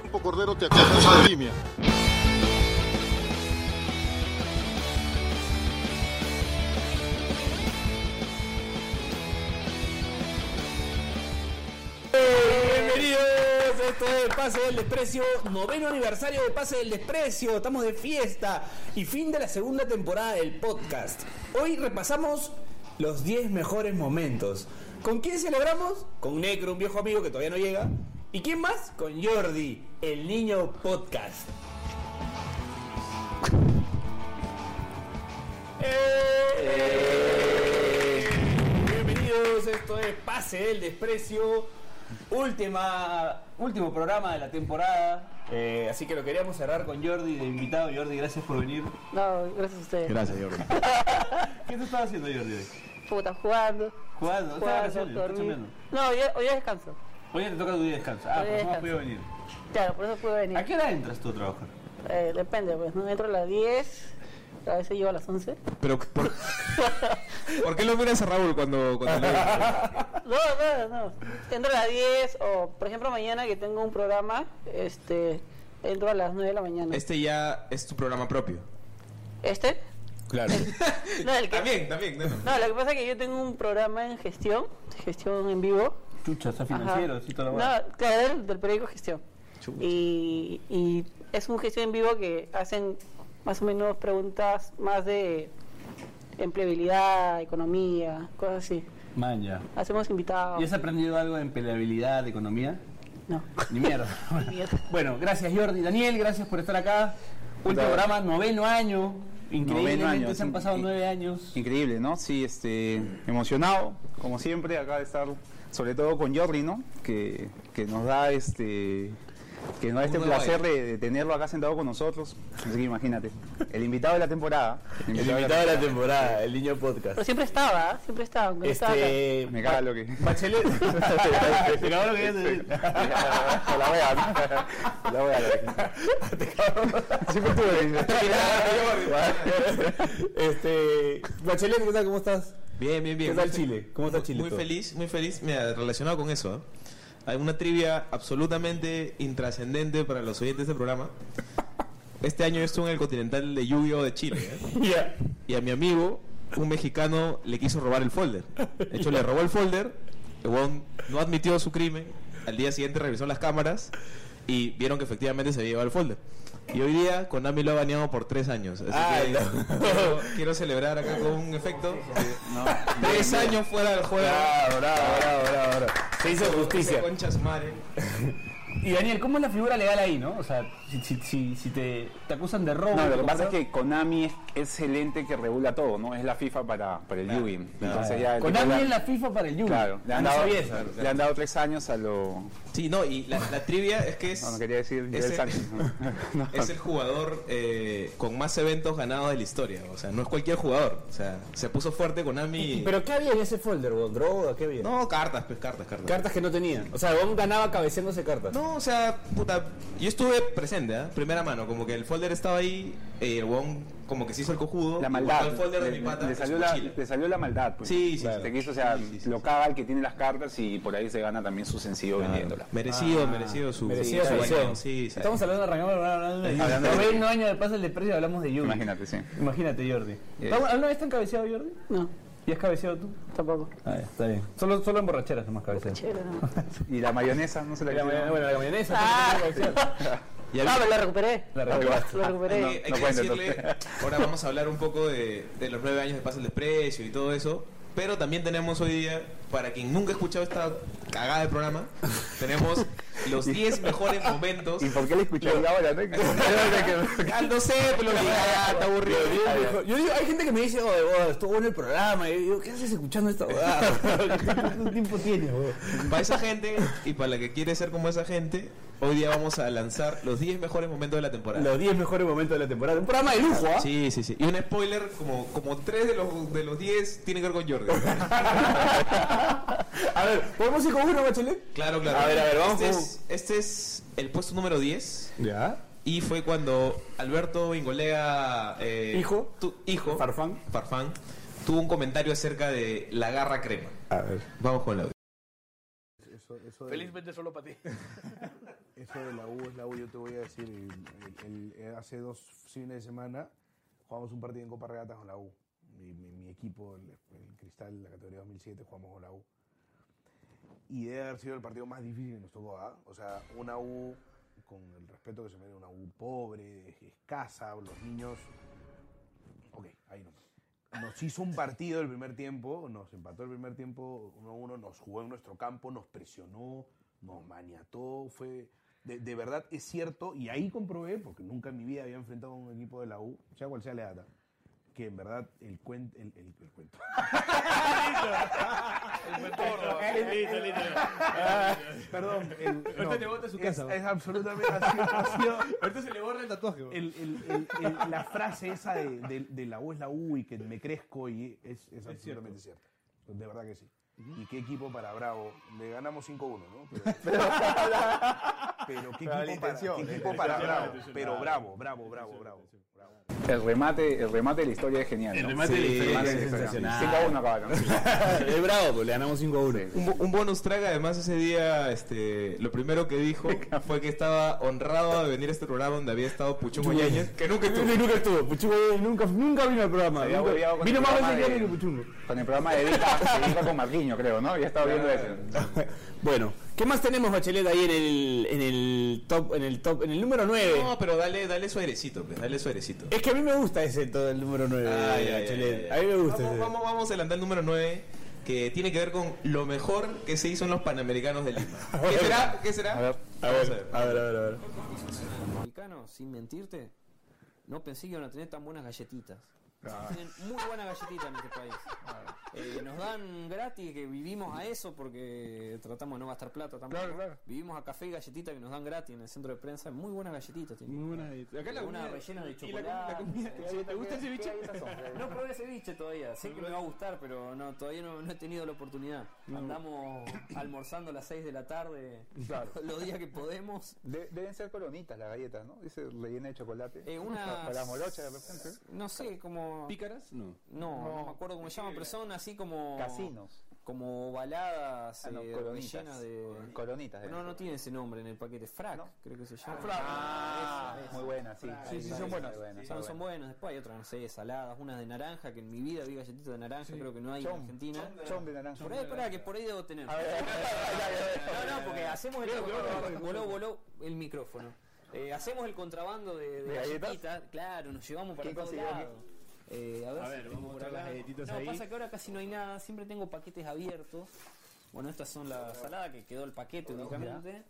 Grupo Cordero te acompaña en Vendimia. Bienvenidos, esto es Pase del Desprecio, noveno aniversario de Pase del Desprecio, estamos de fiesta y fin de la segunda temporada del podcast. Hoy repasamos los 10 mejores momentos. ¿Con quién celebramos? Con Necro, un viejo amigo que todavía no llega. ¿Y quién más? Con Jordi, el niño podcast. ¡Eh! Bienvenidos, esto es Pase del Desprecio, última, último programa de la temporada, eh, así que lo queríamos cerrar con Jordi de invitado. Jordi, gracias por venir. No, gracias a ustedes. Gracias, Jordi. ¿Qué te estás haciendo Jordi hoy? Puta, jugando. ¿Jugando? ¿Estás Jugando, vacaciones? ¿Estás dormir. chambeando? No, hoy, hoy ya descanso. Hoy ya te toca tu día de descanso. Ah, Hoy pues no has descanso. podido venir. Claro, por eso pude venir. ¿A qué hora entras tú a trabajar? Eh, depende, pues. No entro a las 10, a veces llego a las 11. Pero, ¿por, ¿por qué lo miras a Raúl cuando, cuando le- No, no, no. Entro a las 10 o, por ejemplo, mañana que tengo un programa, este, entro a las 9 de la mañana. Este ya es tu programa propio. ¿Este? Claro. No, el que... también, también. no, no. No, lo que pasa es que yo tengo un programa en gestión, gestión en vivo. Chucha, está Ajá. financiero, sí, toda la No, hueá. claro, del, del periódico Gestión. Y, y es un gestión en vivo que hacen más o menos preguntas más de empleabilidad, economía, cosas así. Man, ya. Hacemos invitados. ¿Y has aprendido algo de empleabilidad, de economía? No. Ni mierda. Ni mierda. bueno, gracias Jordi. Daniel, gracias por estar acá. Último Nada. programa, noveno año. Increíblemente Noveno año, se han sí. pasado Y- nueve años. Increíble, ¿no? Sí, este, emocionado, como siempre, acá de estar, sobre todo con Jordi, ¿no? Que, que nos da este, que nos da este Muy placer de, de tenerlo acá sentado con nosotros. Así que imagínate, el invitado de la temporada. El El invitado de la temporada, el niño podcast. Pero siempre estaba, ¿ah? siempre estaba. aunque no estaba acá. Este. Me caga lo que. Bachelet. Te acabo lo que querías decir. Por la wea, ¿no? Por la wea. Siempre tuve. Este. Bachelet, ¿qué tal? ¿Cómo estás? Bien, bien, bien. ¿Qué tal Muy fe- Chile? ¿Cómo está muy- Chile Muy todo? feliz, muy feliz. Mira, relacionado con eso, ¿eh? hay una trivia absolutamente intrascendente para los oyentes de este programa. Este año yo estuve en el Continental de Yu-Gi-Oh! de Chile. ¿eh? Ya. y a mi amigo, un mexicano, le quiso robar el folder. De hecho, le robó el folder, el huevón no admitió su crimen, al día siguiente revisó las cámaras y vieron que efectivamente se había llevado el folder. Y hoy día Konami lo ha baneado por tres años. Así Ah, que no. quiero, quiero celebrar acá con un efecto. Tres años fuera del juego. Bravo, bravo, bravo, bravo, bravo. Se hizo justicia. Conchas madre. Y Daniel, ¿cómo es la figura legal ahí, no? O sea, si, si, si, si te, te acusan de robo. No, lo te que pasa es compras- que Konami es, es el ente que regula todo, ¿no? Es la FIFA para, para el Yugi. Entonces ya el Ah, Con tipo Daniel le en han- la FIFA para el Yugi. Claro, le han, No dado, sabía eso. le han dado tres años a lo... Sí, no, y la, la trivia es que es... No, no quería decir Miguel ese- Sánchez. ¿no? No. es el jugador eh, con más eventos ganados de la historia. O sea, no es cualquier jugador. O sea, se puso fuerte Konami. ¿Pero qué había en ese folder, weón? ¿Droga? ¿Qué había? No, cartas, pues cartas, cartas. Cartas que no tenía. O sea, Bon ganaba cabeceándose cartas. No, o sea, puta. Yo estuve presente, ¿ah? Primera mano. Como que el folder estaba ahí. eh, el huevón como que se hizo el cojudo. La y maldad. guardó el folder de Le- mi pata. le, en su salió la, mochila. le salió la maldad. Pues. Sí, sí, Claro. sí. Te quiso, o sea, Sí, sí, sí. lo caga el que tiene las cartas y por ahí se gana también su sencillo vendiéndola. Merecido, merecido su. Merecido su su bañón, deseo. Sí, sí. Estamos hablando de arrancamos hablando de Hablando de- noveno año de pase el desprecio y hablamos de Yugi. Imagínate, sí. Imagínate, Jordi. Eh. ¿Alguna vez te han cabeceado, Jordi? No, ¿Y has cabeceado tú? tampoco. Ah, ya, está bien. Solo, solo en borracheras nomás cabeceado. Chévere, no. Y la mayonesa, no se la La quisieron. mañana- bueno, la mayonesa. Ah. no tenía cabecear. Y Ah, había- pero lo recuperé. La realidad. Lo recuperé. No. hay que cuenta, decirle, entonces. ahora vamos a hablar un poco de, de los nueve años de Pase el Desprecio y todo eso, pero también tenemos hoy día, para quien nunca ha escuchado esta cagada de programa, tenemos los 10 mejores momentos. ¿Y por qué le escuché ahora? no? Ah, no sé, pero la cagada, está aburrido. Yo- Yo digo, hay gente que me dice, oye, oh, estuvo bueno el programa. Y yo digo, ¿qué haces escuchando esta huevada? ¿Cuánto tiempo tienes, weón? Para esa gente y para la que quiere ser como esa gente, hoy día vamos a lanzar los 10 mejores momentos de la temporada. Los 10 mejores momentos de la temporada. Un programa de lujo, ¿ah? Sí, sí, sí. Y un spoiler, como, como tres de los de los 10 tiene que ver con Jordi. A ver, ¿podemos ir con uno, Bachelet? Claro, claro. A ver, a ver, vamos Este, con- es, este es el puesto número 10. Ya. Y fue cuando Alberto Bingolea. eh, Hijo. tu- hijo. Farfán. Farfán. Tuvo un comentario acerca de la garra crema. A ver. Vamos con la. eso, eso, de, Felizmente solo para ti. eso de la U es la U, yo te voy a decir, el- el- el- hace dos fines de semana jugamos un partido en Copa Regatas con la U. Mi, mi- mi equipo, el, el Cristal, la categoría 2007, jugamos con la U. Y debe haber sido el partido más difícil que nos tocó, ¿ah? O sea, una U, con el respeto que se merece, una U pobre, escasa, los niños... Ok, ahí nomás. Nos hizo un partido el primer tiempo, nos empató el primer tiempo 1-1, nos jugó en nuestro campo, nos presionó, nos maniató, fue... De, de verdad es cierto, y ahí comprobé, porque nunca en mi vida había enfrentado a un equipo de la U, sea cual sea la edad, que en verdad el, cuen- el, el- el cuento... Ah, Perdón, el, Ahorita te bota a su es- casa, Es, ¿no? absolutamente... ha sido- ha sido- Ahorita se le borra el tatuaje. el- el- el- el- la frase esa de, de- de la U es la U y que me crezco y es, es absolutamente cierta. De verdad que sí. ¿Y qué equipo para Bravo? Le ganamos 5-1, ¿no? Pero, pero qué la equipo para, intención, qué la equipo para Bravo. Pero Bravo, Bravo, Bravo, Bravo. bravo. El remate, el remate de la historia es genial. El ¿no? remate de la historia remate es de la historia. sensacional. 5-1 acaba de Es bravo, pues le ganamos 5 a 1. Un, bo- un bonus track, además, ese día, este, lo primero que dijo fue que estaba honrado de venir a este programa donde había estado Pucho Yáñez, que nunca estuvo. Nunca estuvo. Puchungo nunca, nunca vino al programa. Había Nunca- hueveado con vino el más programa veces que de- alguien que Puchungo. Con el programa de Vita, de Vita con Marquinho, creo, ¿no? Ya estaba viendo eso. Bueno, ¿qué más tenemos, Bachelet, ahí en el, en el top, en el top, en el número 9? No, pero dale, dale su airecito, pues, dale su airecito. Es que a mí me gusta ese todo el número 9, Ay, ay, ay, ay, Bachelet. Eh, A mí me gusta. Vamos, ese. vamos, vamos a adelantar el número 9, que tiene que ver con lo mejor que se hizo en los Panamericanos de Lima. ¿Qué será? ¿Qué será? A ver. a ver. A ver, a ver, a ver. Americano, sin mentirte, no pensé que iban a tener tan buenas galletitas. Ah. Tienen muy buenas galletitas en este país. Ah. Eh, nos dan gratis, que vivimos a eso porque tratamos de no gastar plata tampoco. Claro, claro. Vivimos a café y galletitas que nos dan gratis en el centro de prensa. Muy buenas galletitas tienen. Acá Una rellena de chocolate. ¿Te gusta el ceviche? No probé ese biche todavía, sé que me va a gustar, pero no, todavía no, no he tenido la oportunidad. Andamos almorzando a las 6 de la tarde Claro. los días que podemos. De- deben ser coronitas las galletas, ¿no? Dice rellena de chocolate. Eh, unas- Para para las morochas de repente. No sé, como... ¿Pícaras? No. No, no, me acuerdo cómo se llama, pero son así como... Casinos. Como baladas Ah, no, eh, coronitas. rellenas de... Coronitas. deben No, ser. no tiene ese nombre en el paquete. Frac, ¿No? creo que se llama. Ah, Esa, esa. muy buenas, sí. Sí, sí, son buenas. Son, son buenas. Después hay otras, no sé, saladas, unas de naranja, que en mi vida vi galletitas de naranja, creo que no hay en Argentina. Chom de naranja. Por ahí, pará, que por ahí debo tener. A ver, a ver, a ver. No, no, porque hacemos el contrabando. Voló, voló el micrófono. Eh, hacemos el contrabando de, de ¿De galletas? galletitas. Claro, nos llevamos para ¿Quién todos consiguió lados. Eh, a ver, si tengo por acá. no, pasa que ahora casi no hay nada. Siempre tengo paquetes abiertos. Bueno, estas son las saladas que quedó el paquete únicamente.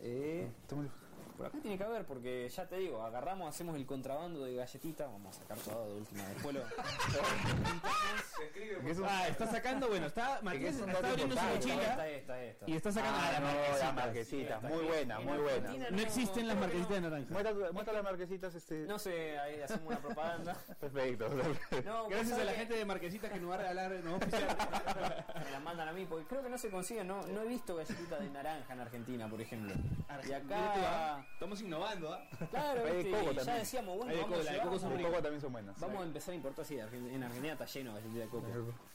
Eh, Ah, por acá tiene que haber, porque ya te digo, agarramos, hacemos el contrabando de galletitas. Vamos a sacar todo de última. Después lo, Ah, está sacando, bueno, está Marqués Es un está dato abriendo su importante. mochila Esta, esta, esta. y está sacando Ah, las no, las marquesitas. marquesitas. Muy buenas, muy buenas. No existen las marquesitas de naranja. Muestra, muestra las marquesitas, este. No sé, ahí hacemos una propaganda. Perfecto. No, Gracias a ¿sabes la qué? gente de Marquesitas que nos va a regalar, nos va a oficiar. Me la mandan a mí, porque creo que no se consiguen, no, no he visto galletitas de naranja en Argentina, por ejemplo. Y acá, Estamos innovando, ¿ah? claro, Hay de viste, coco y ya también. decíamos, bueno, Hay de vamos, a coco, la de llevar- coco son Un ricas. poco también son buenas. vamos a empezar a importar, sí, de Argen- en Argentina está lleno de galletitas de coco,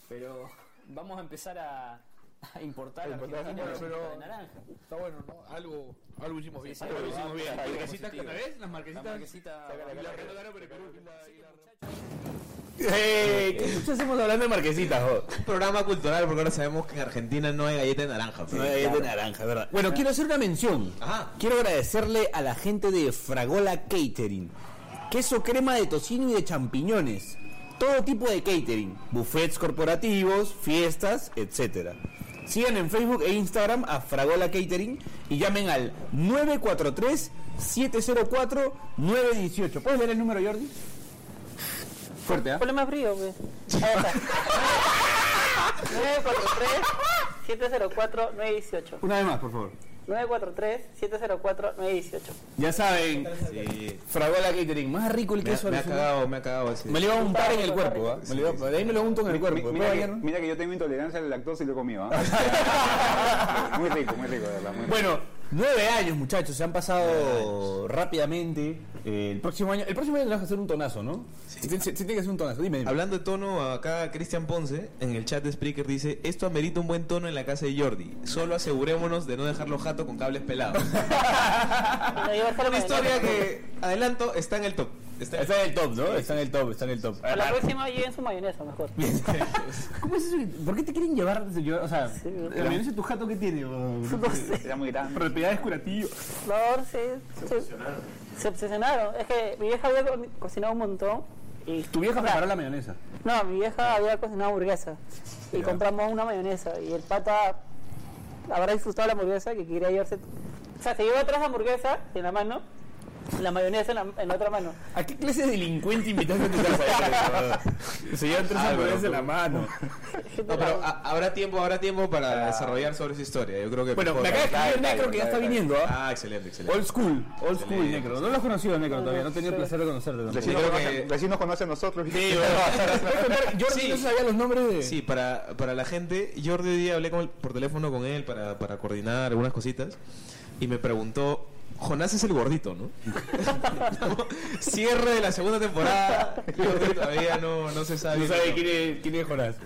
pero vamos a empezar a, a importar A importar, Argentina bueno, galletitas pero- de naranja. Está bueno, ¿no? Algo, algo hicimos bien. Sí, sí, sí, sí, Bien, sí, marquesitas positivo. otra vez, las La marquesitas. marquesita... ¡Eh! ¿Qué chucha hacemos hablando de marquesitas, jo? Un programa cultural, porque ahora sabemos que en Argentina no hay galleta de naranja. pues. No, es de naranja, ¿verdad? Bueno, quiero hacer una mención. Ajá. Quiero agradecerle a la gente de Fragola Catering. Queso crema de tocino y de champiñones. Todo tipo de catering. Buffets corporativos, fiestas, etc. Sigan en Facebook e Instagram a Fragola Catering y llamen al 943-704-918. ¿Puedes ver el número, Jordi? Fuerte, ¿ah? Ponle más frío, pues. 943-704-918. Una vez más, por favor. 943-704-918. Ya saben, Sí. Fragola Catering. Más rico el Me, queso. ha- me ha alucina. cagado, me ha cagado así. Me lo iba a untar en el cuerpo, ¿ah? Me lo iba- de ahí me lo unto en el cuerpo. Mira Pero que, ya no. mira que yo tengo intolerancia a la lactosa y lo he comido, ¿ah? muy rico, muy rico, de verdad. Muy rico. Bueno, Nueve años, muchachos, se han pasado rápidamente. Eh, el próximo año, el próximo año tenemos que hacer un tonazo, ¿no? Sí, tiene- sí tiene que hacer un tonazo, dime, dime. Hablando de tono, acá Cristian Ponce en el chat de Spreaker dice: Esto amerita un buen tono en la casa de Jordi. Solo asegurémonos de no dejarlo jato con cables pelados. Bueno, yo voy a dejarlo Una para historia adelante. que, adelanto, está en el top. Está en el Está en el top, ¿no? Está en el top, está en el top. Ah, A la próxima lleven su mayonesa mejor. ¿Cómo es eso? ¿Por qué te quieren llevar? O sea, la mayonesa tu jato que tiene? No sé. Era muy grande. Propiedades curativas. No, se, se, se obsesionaron. Es que mi vieja había co- cocinado un montón. Y, Tu vieja o sea, preparó la mayonesa. No, mi vieja había cocinado hamburguesa. Y compramos una mayonesa. Y el pata habrá disfrutado la hamburguesa que quería llevarse. O sea, se llevó tres hamburguesas en la mano, la mayonesa en la, en la otra mano. ¿A qué clase de delincuente invitaste a tu casa? Se llevan Ah, tres hamburguesas en la mano. No, pero ha- ah, habrá tiempo, habrá tiempo para desarrollar sobre esa historia. Yo creo que. Bueno, mejor, me acaba ¿no? de escribir el Necro que ya está viniendo, ¿ah? Ah, excelente, excelente. Old school, old school Necro. No lo has conocido, Necro, todavía. No he tenido el placer de conocerte. tampoco. Recién, Yo nos creo conocen- que- recién nos conocen a nosotros. Jordi Sí. no sabía los nombres de... Sí, para, para la gente, Jordi hoy día hablé con él- por teléfono con él para, para coordinar algunas cositas y me preguntó, Jonás es el gordito, ¿no? Cierre de la segunda temporada, Jordi todavía no, no se sabe. No sabe quién es, quién es Jonás. eh.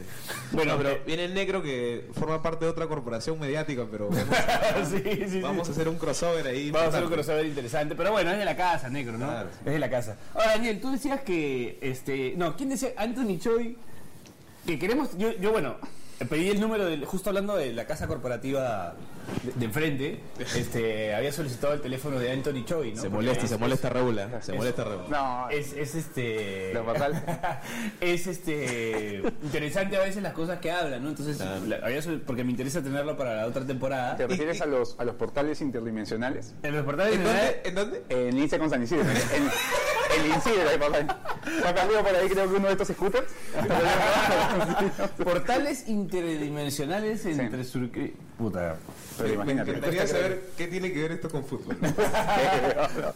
Bueno, pero... Viene el negro que forma parte de otra corporación mediática, pero vamos, sí, sí, sí. vamos a hacer un crossover ahí. Vamos a hacer un importante. crossover interesante, pero bueno, es de la casa, negro, ¿no? Claro. Es de la casa. Ahora, Daniel, tú decías que, este, no, ¿quién decía? Anthony Choi, que queremos, yo, yo bueno, pedí el número, del, justo hablando de la casa corporativa de, de enfrente, este, había solicitado el teléfono de Anthony Choi, ¿no? Se Porque molesta, es- se molesta Raúl, ¿eh? se molesta Raúl. No, Es, es este. Lo fatal. es este. Interesante a veces las cosas que hablan, ¿no? Entonces, la- había sol- porque me interesa tenerlo para la otra temporada. ¿te refieres a los, a los portales interdimensionales? El reportaje ¿En dónde? ¿En dónde? En Insta con San Isidro. En, en Isidro, ahí por ahí. Acá arriba por ahí creo que uno de estos scooters. Portales interdimensionales entre sur... Puta. Pero imagínate. me encantaría saber qué tiene que ver esto con fútbol.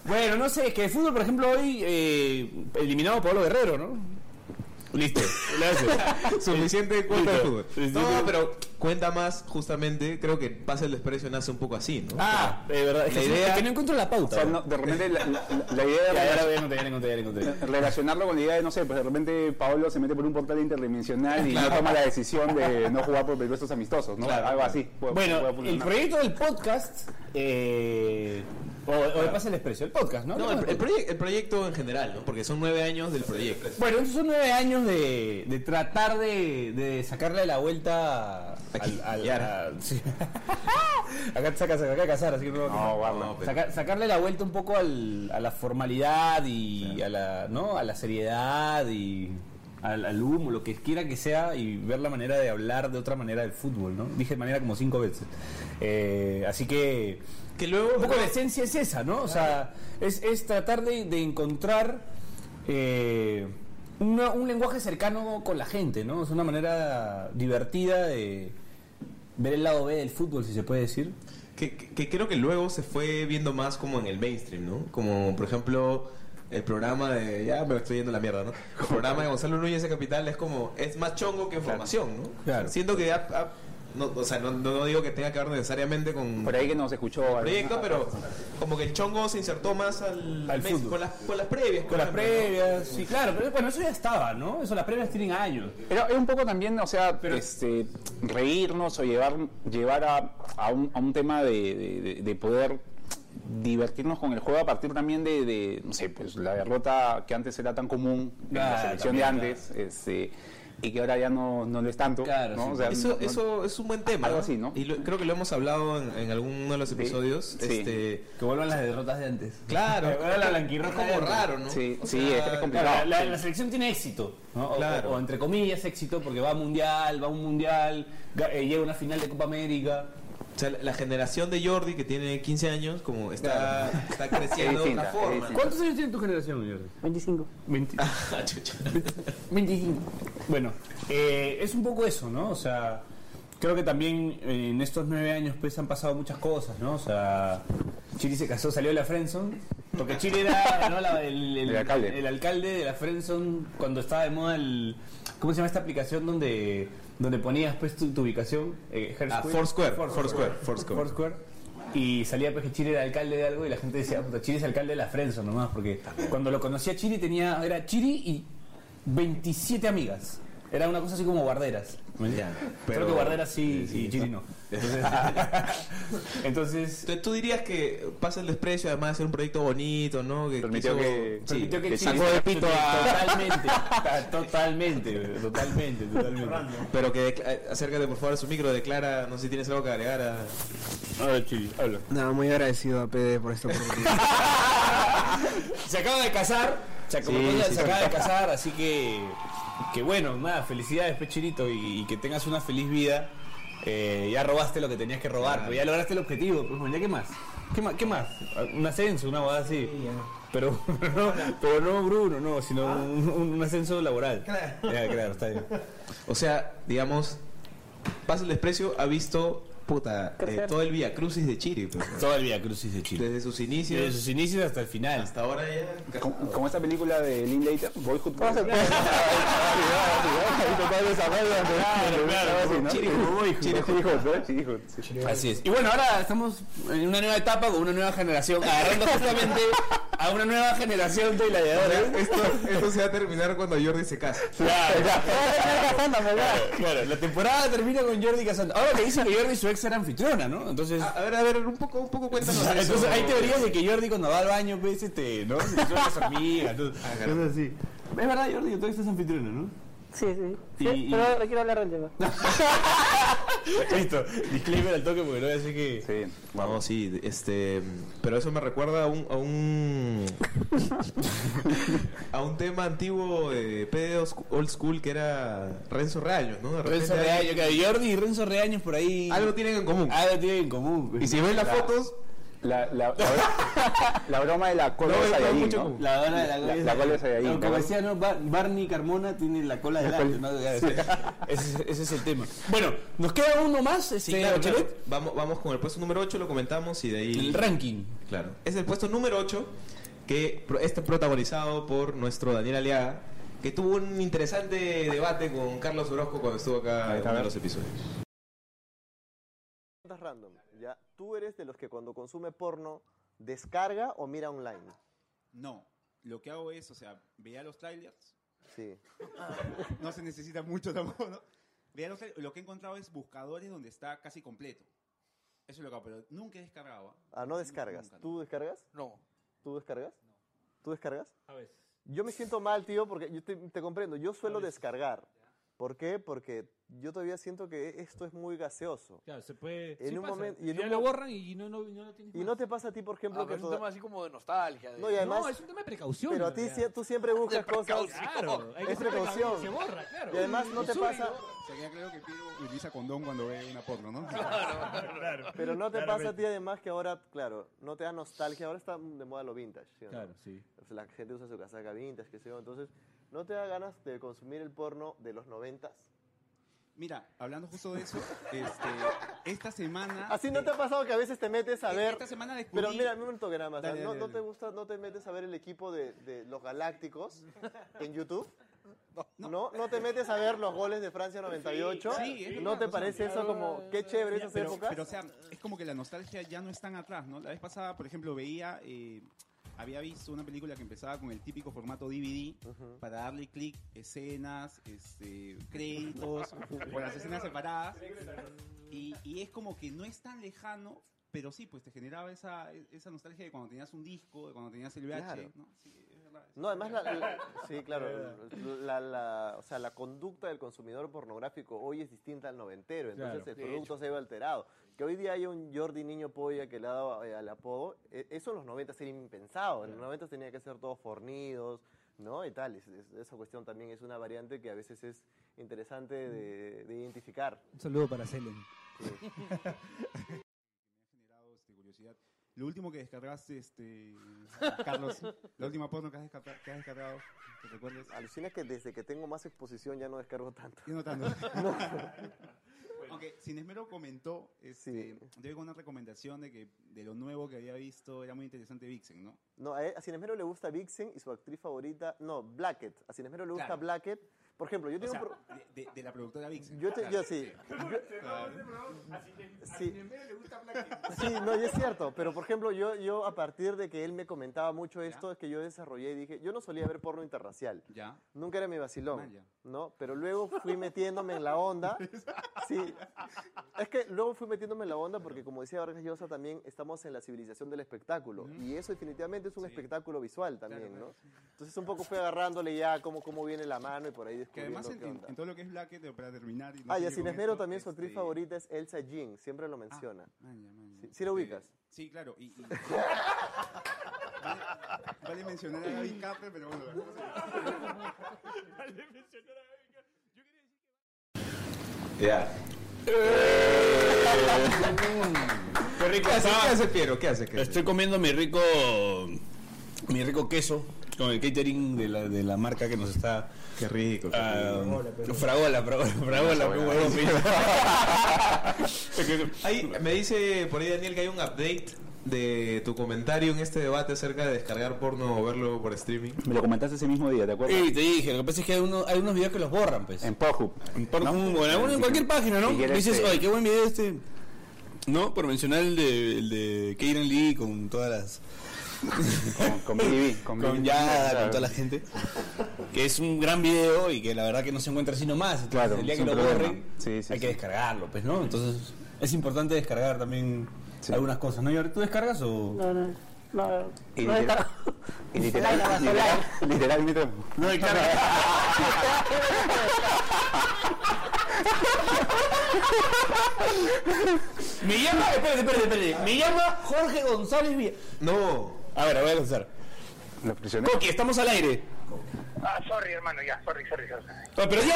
Bueno, no sé, es que el fútbol, por ejemplo, hoy eh, eliminado a Pablo Guerrero, ¿no? Listo. Gracias. Suficiente cuenta de fútbol. Listo. No, pero cuenta más, justamente, creo que pasa el desprecio nace un poco así, ¿no? Ah, de verdad. Es que, La sí, idea- es que no encuentro la O pauta. sea, no, de repente la, la- la idea de Ya, ya la voy a encontrar, ya la encontré, ya la encontré. Este, relacionarlo con la idea de, no sé, pues de repente Pablo se mete por un portal interdimensional y no toma la decisión de no jugar por estos amistosos, ¿no? Algo así. Puede- puede Bueno, el funcionar. proyecto del podcast... Eh, o, o de pasa el expreso, el podcast, ¿no? No, el, el proye- el proyecto en general, ¿no? Porque son nueve años del proyecto. Bueno, estos son nueve años de, de tratar de, de sacarle la vuelta al. al- y a- sí. acá te sacas, acá cazar, así que no. No, guarda. No, pero- Saca- sacarle la vuelta un poco al- a la formalidad y a la no a la seriedad y al, al humo lo que quiera que sea y ver la manera de hablar de otra manera del fútbol no dije manera como cinco veces Eh, así que Que luego- un poco la esencia es esa no o sea es, es tratar de, de encontrar eh, una- un lenguaje cercano con la gente no es una manera divertida de ver el lado B del fútbol si se puede decir Que, que- que creo que luego se fue viendo más como en el mainstream, ¿no? Como, por ejemplo, el programa de... Ya me estoy yendo a la mierda, ¿no? El programa de Gonzalo Núñez de Capital es como... Es más chongo que información, ¿no? Claro. Siento que ya... ha- no, o sea, no, no- no digo que tenga que ver necesariamente con... Por ahí que nos escuchó. el proyecto, pero como que el chongo se insertó más al, Al mainstream, fútbol. Con las, con las previas. por Con las ejemplo, previas, sí, claro, pero bueno, eso ya estaba, ¿no? Eso, las previas tienen años. Pero es un poco también, o sea, este, reírnos o llevar, llevar a, a un, a un tema de, de- de- de poder divertirnos con el juego a partir también de, de, no sé, pues la derrota que antes era tan común en Claro, la selección también, de antes, este, y que ahora ya no, no lo es tanto. Claro, ¿no? sí. O sea, Eso, no- no- eso es un buen tema. Algo así, ¿no? Y lo- creo que lo hemos hablado en, en alguno de los episodios. Sí. Este, Que vuelvan las derrotas de antes. Claro, Que vuelvan la blanquirroja de como antes. raro, ¿no? Sí, O sí, sea, es, es Claro, complicado. la, la selección tiene éxito, ¿no? O- Claro. o, o entre comillas éxito, porque va a mundial, va a un mundial, ga- eh, llega a una final de Copa América. O sea, la, la generación de Jordi que tiene 15 años, como está, está creciendo Es de otra distinta, es forma. distinta. ¿Cuántos años tiene tu generación, Jordi? 25. Ah, chucha. Bueno, eh, es un poco eso, ¿no? O sea, creo que también eh, en estos nueve años pues han pasado muchas cosas, ¿no? O sea, Chile se casó, salió de la Friendzone, porque Chile era ¿no? la- el, El alcalde. el alcalde de la Friendzone cuando estaba de moda el... ¿Cómo se llama esta aplicación donde, donde ponías pues tu, tu ubicación? Eh, Ah, Foursquare. Foursquare, Foursquare, Foursquare. Foursquare. Y salía pues que Chiri era alcalde de algo y la gente decía, "Ah, puta, Chiri es alcalde de la Frenzo nomás, porque cuando lo conocía Chiri tenía, era Chiri y 27 amigas. Era una cosa así como guarderas. ¿me entiendes? Creo que guarderas sí, y Chiri no. Entonces, entonces Entonces, tú dirías que pasa el desprecio, además de ser un proyecto bonito, ¿no? Que Permitió quiso- que- sí, permitió que le Chiri- sacó de pito a... Totalmente, ta- totalmente, totalmente, totalmente. Pero que decla- acércate por favor a su micro, declara, no sé si tienes algo que agregar a... Nada, muy agradecido a PD por esta oportunidad. Se acaba de casar. Se acaba, Sí, sí, se acaba de casar, así que. Que bueno, nada, felicidades, Pechirito, y, y que tengas una feliz vida. Eh, ya robaste lo que tenías que robar, pero ya lograste el objetivo. Pues, bueno, ¿ya qué más? ¿Qué más? ¿Qué más? Un ascenso, una boda así. Pero, no, pero no Bruno, no, Ah. sino un, un ascenso laboral. Ya, claro, está bien. O sea, digamos, pasa el desprecio, ha visto, puta, eh, Crecer. todo el Vía Crucis de Chiri, pues, Todo el Vía Crucis de Chile. desde sus Desde inicios sus inicios hasta el final. hasta ahora ya... Como, como esta película de Lynn Later, Boyhood. ¿Cómo se puede? Chiri Boyhood. Chiri Boyhood. Así es. Y bueno, ahora estamos en una nueva etapa con una nueva generación, agarrando justamente a una nueva generación de gladiadores. Esto, esto se va a terminar cuando Jordi se casa. Claro, la temporada termina con Jordi Casando. Ahora le dicen que Jordi y su ex era anfitriona, ¿no? Entonces, A ver, a ver, un poco, un poco cuéntanos de eso. entonces hay teorías de que Jordi cuando va al baño, pues, este, ¿no? Se suena a su amiga, ¿no? Ah, Cosas así. Es verdad, Jordi, que tú ex es anfitriona, ¿no? Sí, sí. Y- y- sí pero no quiero hablar del tema. Listo, disclaimer al toque porque no voy a decir que... Sí. Vamos, sí, este. Pero eso me recuerda a un. a un. a un tema antiguo de PD Old School que era Renzo Reaño, ¿no? De repente Renzo Reaño, claro, Jordi y Renzo Reaños por ahí... Algo tienen en común. algo tienen en común. pues. Y si ven las fotos, La, la, la, la broma de la cola No, de no, Saiyajin, mucho ¿no? como- La dona de la La- la cola de Saiyajin, Aunque ¿no? decía, ¿no? Bar- Barney Carmona tiene la cola delante. ¿no? Ya, ese, ese- ese es el tema. Bueno, nos queda uno más, este, sí, claro, claro. Bachelet. Vamos, vamos con el puesto número 8, lo comentamos y de ahí. El ranking. Claro. Es el puesto número 8 que pro- está protagonizado por nuestro Daniel Aliaga, que tuvo un interesante debate con Carlos Orozco cuando estuvo acá en uno de los episodios. preguntas random. ¿ya? ¿Tú eres de los que cuando consume porno descarga o mira online? No, lo que hago es, o sea, veía los trailers, Sí. no se necesita mucho tampoco, ¿no? Veía los trailers, lo que he encontrado es buscadores donde está casi completo. Eso es lo que hago, pero nunca he descargado. ¿ah? Ah, no descargas. Nunca, ¿Tú descargas? No. ¿Tú descargas? ¿Tú descargas? A veces. Yo me siento mal, tío, porque yo te, te comprendo. Yo suelo descargar. ¿Por qué? Porque yo todavía siento que esto es muy gaseoso. Claro, se puede. En un momento- y en ya un lo mo- borran y no, no, no lo tienes. Y más. no te pasa a ti, por ejemplo, Ah, pero que es un toda- tema así como de nostalgia. de- No, y además... No, es un tema de precaución. Pero en a ti realidad. sie- tú siempre buscas cosas... Claro, hay que es ser precavido y precaución. Se borra, claro. Y además no te pasa... O sea, queda claro que Piero utiliza condón cuando ve una porno, ¿no? Pero no te pasa a ti además que ahora, claro, no te da nostalgia. Ahora está de moda lo vintage. ¿sí o no? Claro, sí. Pues la gente usa su casaca vintage, qué sé yo. Entonces, ¿no te da ganas de consumir el porno de los noventas? Mira, hablando justo de eso, este, esta semana... E- Así no te ha pasado que a veces te metes a ver... Esta semana descubrí... Pero mira, un toque nada más. Dale, ¿eh? ¿no, dale, no dale. te gusta, no te metes a ver el equipo de, de los Galácticos en YouTube? No, ¿No? te metes a ver los goles de Francia 98? sí, es ¿No verdad, te o sea, parece eso como qué chévere esas pero, épocas? pero, o sea, es como que la nostalgia ya no es tan atrás, ¿no? La vez pasada, por ejemplo, veía, eh, había visto una película que empezaba con el típico formato DVD para darle clic, escenas, este, créditos, con las escenas separadas. Y, y es como que no es tan lejano, pero sí, pues te generaba esa, esa nostalgia de cuando tenías un disco, de cuando tenías el VH, Claro. ¿no? Sí, es verdad. No, además, la, la- sí, claro, la, la- o sea, la conducta del consumidor pornográfico hoy es distinta al noventero, entonces el producto se ve alterado. Que hoy día hay un Jordi Niño Polla que le ha dado eh, al apodo, eh, eso en los noventas era impensado, en los noventas tenía que ser todos fornidos, ¿no? Y tal, es- es- esa cuestión también es una variante que a veces es interesante de, de identificar. Un saludo para Celen. generado este, curiosidad. Lo último que descargaste, este, Carlos, la última porno que has, descarga- que has descargado, que recuerdes. Alucina que desde que tengo más exposición ya no descargo tanto. Yo no tanto. Aunque Sin Esmero comentó, este, Sí. dio con una recomendación de que de lo nuevo que había visto era muy interesante Vixen, ¿no? No, a, él- a Cinesmero le gusta Vixen y su actriz favorita, no, Blackett. A Cinesmero le gusta Claro. Blackett, Por ejemplo, yo O tengo sea, un pro- de, de- de la productora Vixen. Yo te- yo sí. Yo- Sí. Sí, no, y es cierto, pero por ejemplo, yo, yo a partir de que él me comentaba mucho esto, es que yo desarrollé y dije, yo no solía ver porno interracial. Ya. Ah, Nunca era mi vacilón, ¿no? Pero luego fui metiéndome en la onda. Sí. Es que luego fui metiéndome en la onda porque, como decía Vargas Llosa, también estamos en la civilización del espectáculo. Y eso definitivamente es un espectáculo visual también, Claro, ¿no? Entonces un poco fue agarrándole ya cómo, cómo viene la mano y por ahí Que descubriendo además en, qué en- onda. en todo lo que es Blackett, para terminar... y no Ah, y seguir a Sin con Esmero esto, Ah, también su actriz este, favorita es Elsa Jean, siempre lo menciona. maña, maña. Sí, sí la ubicas. Sí, claro. Y, y- vale, vale mencionar a Gaby Capre, pero bueno. lo dejamos ahí. Ya. Qué rico ¿Qué hace, está. ¿Qué hace Piero? ¿Qué hace? ¿Qué hace? Estoy comiendo mi rico mi rico queso con el catering de la, de la marca que nos está Ah, qué rico. fragola, fragola, fragola, qué huevón, Ahí me dice por ahí Daniel que hay un update de tu comentario en este debate acerca de descargar porno o verlo por streaming. Me lo comentaste ese mismo día, ¿te acuerdas? Y te dije, lo que pasa es que hay, uno- hay unos videos que los borran, pues. En Pornhub. En Pornhub, en, alguna- en cualquier página, ¿no? Si quieres, Dices, eh, ay, qué buen video este. No, por mencionar el de, el de Keiran Lee con todas las... Con Billy B, con, con Billy B. Yada, Claro. con toda la gente. Que es un gran video y que la verdad que no se encuentra así nomás. Entonces, Claro, el día es que un lo problema. borren, hay que descargarlo, pues, ¿no? Entonces, es importante descargar también algunas cosas, ¿no? Yor? ¿Tú descargas o...? No, no, no. Y no literal- descargo. Y literal- Online, nomás, literal- online. literalmente. No Me llama, espérate, espérate, espérate. Me llama Jorge González Villa. No. A ver, voy a lanzar. Los prisioneros. Coqui, estamos al aire. Ah, sorry, hermano, ya, sorry, sorry, sorry. No, Ah, pero ya,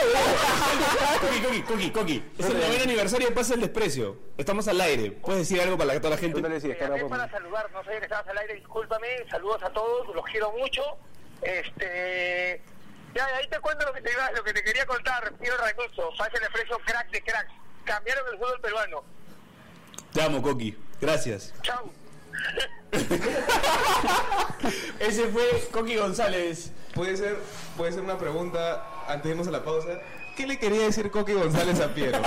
Coqui, Coqui, Coqui, Coqui. Es el noveno aniversario de Pasa el Desprecio. Estamos al aire. ¿Puedes decir algo para toda la gente? Llamé para saludar, no sabía que estabas al aire, discúlpame, saludos a todos, los quiero mucho. Este. Ya, ahí te cuento lo que te, iba- lo que te quería contar, Pío Racoso, fácil expreso crack de cracks. Cambiaron el fútbol peruano. Te amo, Coqui. Gracias. Chau. Ese fue Coqui González. Puede ser, puede ser una pregunta antes de irnos a la pausa. ¿Qué le quería decir Coqui González a Piero?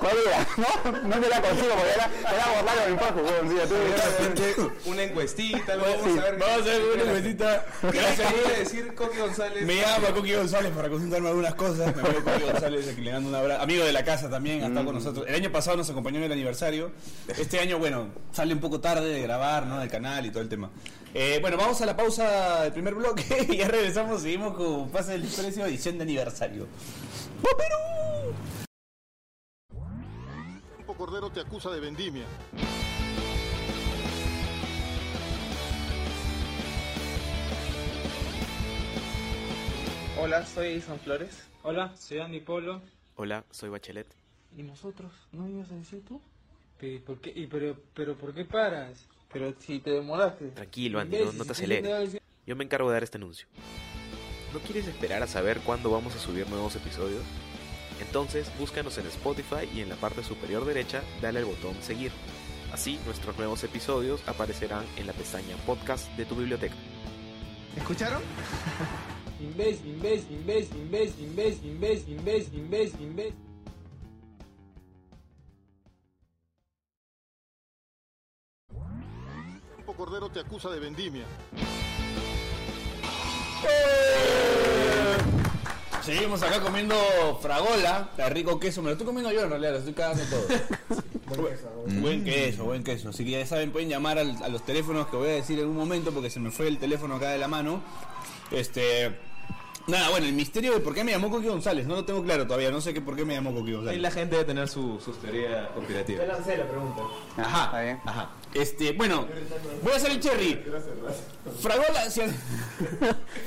¿Cuál era? No, no me la consigo porque era, era borrado el pajo, weón. Sí, ya tú- una encuestita, lo vamos a ver. Pues Vamos a hacer una encuestita. ¿Qué le quería decir Coqui González? Me llama Coqui González para consultarme algunas cosas. Me llama Coqui González, a quien le mando un abrazo. Amigo de la casa también, ha estado con nosotros. El año pasado nos acompañó en el aniversario. Este año, bueno, sale un poco tarde de grabar, ¿no? Del canal y todo el tema. Eh, bueno, vamos a la pausa del primer bloque y ya regresamos. Seguimos con Pase del Precio, edición de aniversario. Campo Cordero te acusa de vendimia. Hola, soy Edison Flores. Hola, soy Andy Polo. Hola, soy Bachelet. ¿Y nosotros? ¿No ibas a decir tú? Pero, ¿por qué? ¿Y pero, pero por qué paras? Pero si te demoraste. Tranquilo, Andy, no, no te aceleres. Yo me encargo de dar este anuncio. ¿No quieres esperar a saber cuándo vamos a subir nuevos episodios? Entonces, búscanos en Spotify y en la parte superior derecha dale al botón seguir. Así, nuestros nuevos episodios aparecerán en la pestaña podcast de tu biblioteca. ¿Escucharon? Inves, inves, inves, inves, inves, inves, inves, inves, inves. Campo Cordero te acusa de vendimia. Seguimos acá comiendo fragola, la rico queso. Me lo estoy comiendo yo en realidad, lo estoy cagando todo. Buen queso, buen queso. Así que ya saben, pueden llamar al- a los teléfonos que voy a decir en un momento porque se me fue el teléfono acá de la mano. Este. Nada, bueno, el misterio de por qué me llamó Coqui González, no lo tengo claro todavía, no sé qué por qué me llamó Coqui González. Ahí la gente debe tener su- sus teorías conspirativas. lancé la pregunta. Ajá, ajá. Este, bueno, voy a hacer el cherry. Fragola, si-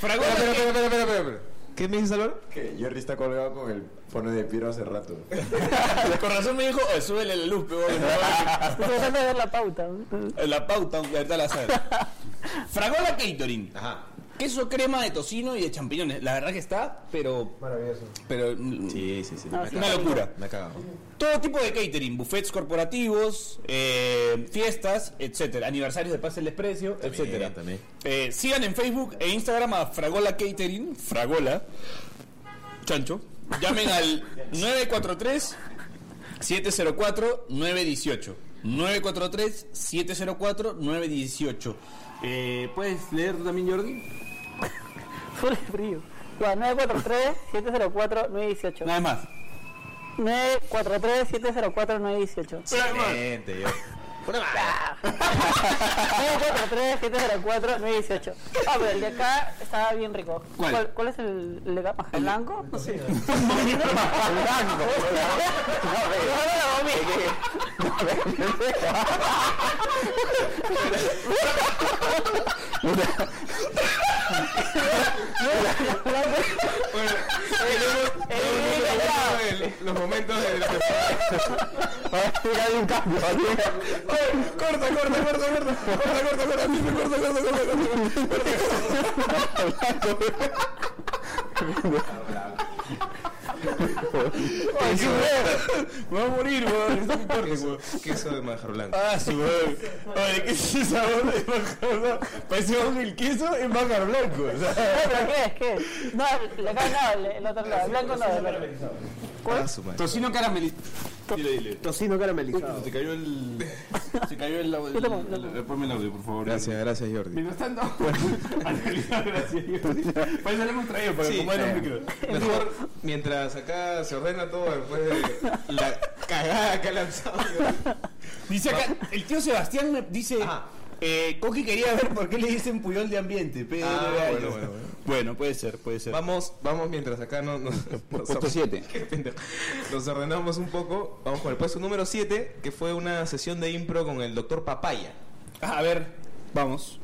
Fragola. Espera, espera, espera, espera, espera, ¿Qué me dices, Álvaro? Que Jerry está colgado con el fono de Piero hace rato. Con razón me dijo, "Oye, súbele la luz, pegó. Estoy tratando de ver Eh, la pauta. La pauta, aunque ahorita la sabes. Fragola Catering. Queso crema de tocino y de champiñones. La verdad que está, pero. Maravilloso. Pero. Sí, sí, sí. Una locura. Me ha cagado. Todo tipo de catering, buffets corporativos, eh, fiestas, etcétera, aniversarios de Pase el Desprecio, etcétera. también. Eh, sigan en Facebook e Instagram a Fragola Catering, Fragola, Chancho. Llamen al 943 704 918. 943 704 918. Eh, ¿Puedes leer tú también, Jordi? Sube el frío. Ya, 943-704-918. Nada más. 943-704-918. Excelente, yo. 943-704-918. Ah, pero el de acá estaba bien rico. ¿Cuál? ¿Cuál, cuál es el, el de acá? ¿El blanco? No sé. el blanco. Los momentos de la hay un cambio. Corta, corta, corta, corta. Corta, corta, corta. Corta, corta, Me va a morir, weón. Está muy corto, weón. Queso de manjar blanco. Ah, su weón. Oye, ¿qué es ese sabor de manjar blanco? Parece un el queso en manjar blanco. o sea. pero ¿qué es? ¿Qué es? No, el de acá no, el, el otro lado. El blanco no. el blanco. Ah, Tocino caramelizado. Dile, dile. Tocino caramelizado. Se cayó el. Se cayó el. el, ponme el audio, por favor. Gracias, gracias, Jordi. Mientras tanto, gracias, Jordi. Por eso lo hemos traído, para Sí, acomodar los eh, micros. Mejor, mientras acá se ordena todo después de la cagada que ha lanzado. Dice acá, el tío Sebastián me dice. Eh, Coqui quería ver por qué le dicen Puyol de Ambiente. Pero Ah, ay, bueno, Dios. bueno, bueno. Bueno, puede ser, puede ser. Vamos, vamos mientras acá no, no- nos, Puesto or- siete. Qué pendejo. nos ordenamos un poco. Vamos con el puesto número 7, que fue una sesión de impro con el doctor Papaya. Ah, A ver, vamos.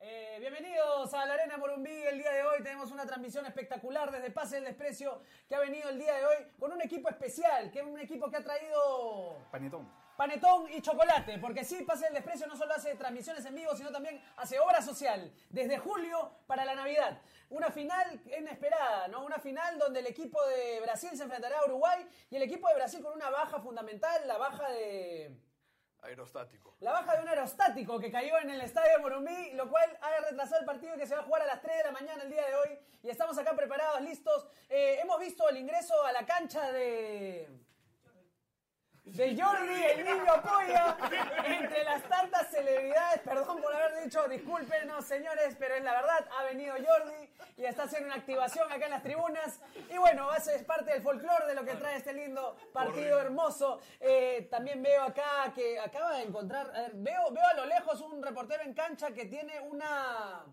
Eh, bienvenidos a la Arena Morumbí. El día de hoy tenemos una transmisión espectacular desde Pase del Desprecio que ha venido el día de hoy con un equipo especial, que es un equipo que ha traído Panetón. panetón y chocolate, porque sí, Pase del Desprecio no solo hace transmisiones en vivo, sino también hace obra social, desde julio para la Navidad. Una final inesperada, ¿no? Una final donde el equipo de Brasil se enfrentará a Uruguay y el equipo de Brasil con una baja fundamental, la baja de... Aerostático. La baja de un aerostático que cayó en el estadio de Morumbí, lo cual ha retrasado el partido que se va a jugar a las 3 de la mañana el día de hoy. Y estamos acá preparados, listos. Eh, hemos visto el ingreso a la cancha de. De Jordi, el niño apoya entre las tantas celebridades. Perdón por haber dicho, discúlpenos señores, pero es la verdad. Ha venido Jordi y está haciendo una activación acá en las tribunas. Y bueno, va a ser parte del folclore de lo que trae este lindo partido hermoso. Eh, también veo acá que acaba de encontrar. a ver, veo, veo a lo lejos un reportero en cancha que tiene una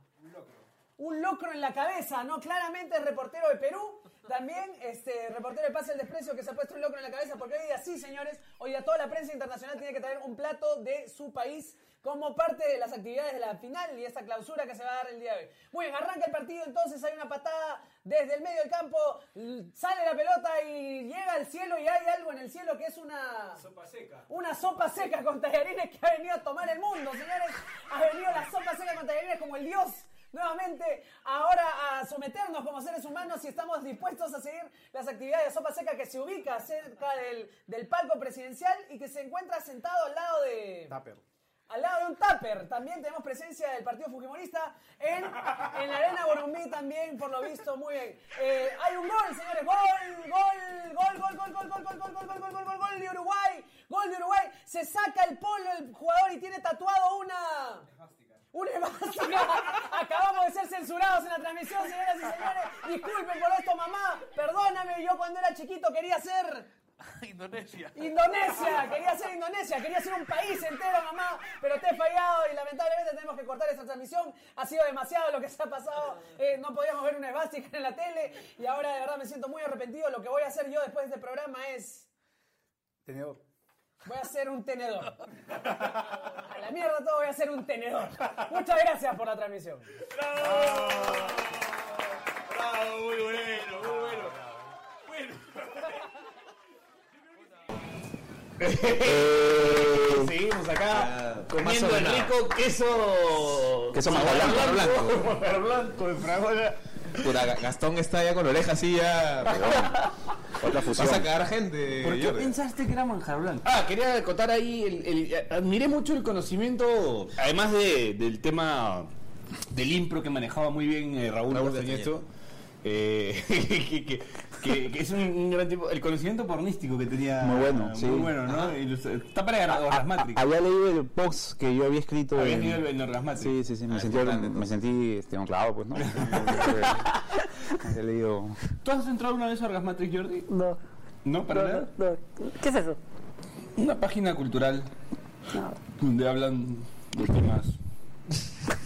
un locro en la cabeza, ¿no? Claramente el reportero de Perú. También, este reportero de Pase el Desprecio que se ha puesto un locro en la cabeza porque hoy día sí, señores, hoy día toda la prensa internacional tiene que traer un plato de su país como parte de las actividades de la final y esta clausura que se va a dar el día de hoy. Muy bien, arranca el partido entonces, hay una patada desde el medio del campo, l- sale la pelota y llega al cielo y hay algo en el cielo que es una... Sopa seca. Una sopa seca con tallarines que ha venido a tomar el mundo, señores. Ha venido la sopa seca con tallarines como el dios nuevamente ahora a someternos como seres humanos y estamos dispuestos a seguir las actividades de Sopa Seca que se ubica cerca del, del palco presidencial y que se encuentra sentado al lado de... Al lado de un tupper, también tenemos presencia del Partido Fujimorista en, en la Arena Borumbí también, por lo visto, muy bien. Eh, hay un gol, señores, gol, gol, gol, gol, gol, gol, gol, gol, gol, gol, gol, gol, gol, gol, gol de Uruguay, gol de Uruguay. Se saca el polo el jugador y tiene tatuado una... Una evasión. Acabamos de ser censurados en la transmisión, señoras y señores. Disculpen por esto, mamá. Perdóname, yo cuando era chiquito quería ser Indonesia. Indonesia. Quería ser Indonesia. Quería ser un país entero, mamá. Pero te he fallado y lamentablemente tenemos que cortar esta transmisión. Ha sido demasiado lo que se ha pasado. Eh, no podíamos ver una esvástica en la tele. Y ahora de verdad me siento muy arrepentido. Lo que voy a hacer yo después de este programa es... Tenedor. Voy a hacer un tenedor. A la mierda todo, voy a hacer un tenedor. Muchas gracias por la transmisión. Ah. Bravo, muy bueno, muy bueno. Bueno. Seguimos acá comiendo más el Ah, ordenado. rico queso Queso Marrón Marrón blanco. blanco. Pero blanco, de fragola. Puta, Ga- Gastón está ya con la oreja así ya. Otra fusión. Vas a cagar gente. ¿Por qué Jordi. pensaste que era manjar blanco? Ah, quería contar ahí, el- el- admiré mucho el conocimiento, además de- del tema del impro que manejaba muy bien eh, Raúl, Raúl Castañeto, eh, que, que- que- que es un, un gran tipo, el conocimiento pornístico que tenía. Muy bueno, muy sí. Ah, bueno, ¿no? Ilus- Está para las Matrix. Había leído el post que yo había escrito. Habías en- leído el- el Norlas Matrix. Sí, sí, sí. Me sentí, me sentí este, honrado, pues, ¿no? Había leído. ¿Tú has entrado una vez a Orgasmatrix, Jordi? No. ¿No? ¿Para No, nada? ¿Qué es eso? Una página cultural donde hablan de temas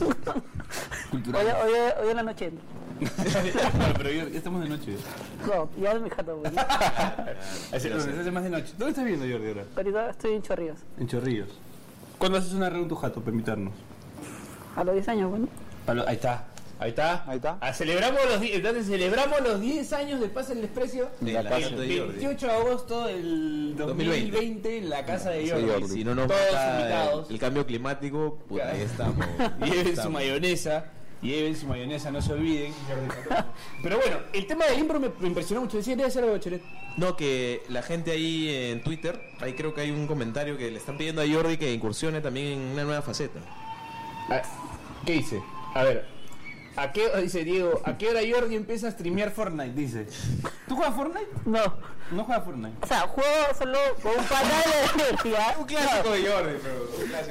Hoy, culturales. hoy, hoy en la noche. Bueno, pero ya, ya estamos de noche. No, ya es mi jato, güey. Es el- se hace más de noche. ¿Dónde estás viendo, Jordi, ahora? Ahorita estoy en Chorrillos. En Chorrillos. ¿Cuándo haces una reunión tu jato para invitarnos? A los 10 años, bueno. Palo- ahí está. Ahí está. Ahí está. celebramos los 10. Entonces celebramos los 10 años de Paz el Desprecio. De la casa el de Jordi. 28 de agosto del 2020, en la casa de Jordi. Y Si no nos Todos mata invitados. El, el cambio climático, puta, ahí estamos. Lleven su Estamos. mayonesa. Lleven su mayonesa, no se olviden. Pero bueno, el tema del impro me me impresionó mucho. Decía, debe ser algo chévere. No, que la gente ahí en Twitter, ahí creo que hay un comentario que le están pidiendo a Jordi que incursione también en una nueva faceta. ¿Qué dice? A ver. ¿A qué, dice Diego, ¿a qué hora Jordi empieza a streamear Fortnite? Dice. ¿Tú juegas Fortnite? No. No juegas Fortnite. O sea, juego solo con un pata de la universidad. Un clásico de Jordi,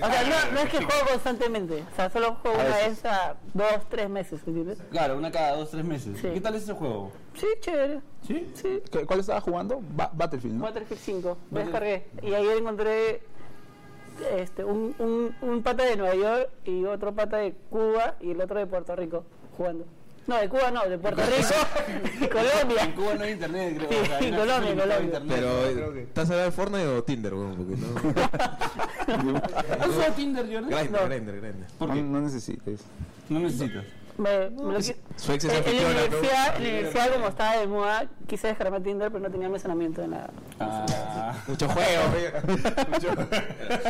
O sea, no, no es que juego constantemente. O sea, solo juego una vez a dos, tres meses, ¿entiendes? Claro, una cada dos, tres meses. Sí. ¿Qué tal es ese juego? Sí, chévere. ¿Sí? Sí. ¿Qué- ¿Cuál estaba jugando? Ba- Battlefield, ¿no? Battlefield 5. Lo descargué. Y ayer encontré este, un, un, un pata de Nueva York y otro pata de Cuba y el otro de Puerto Rico jugando. No, de Cuba no, de Puerto Rico. Colombia. En Cuba no hay internet, creo. Sí, o sea, hay en una Colombia, limitada de Colombia. Pero, internet, creo que- ¿estás hablando de Fortnite o Tinder, weón? Porque no. ¿Has usado Tinder, Jordi? Grindr, Grindr, Grindr. No necesites. No necesitas. Me, me lo qui- Eh, Su ex es en, en la anfitriona, ¿no? universidad, en la universidad, como estaba de moda, quise descargarme Tinder, pero no tenía almacenamiento de nada. Ah. Mucho juego.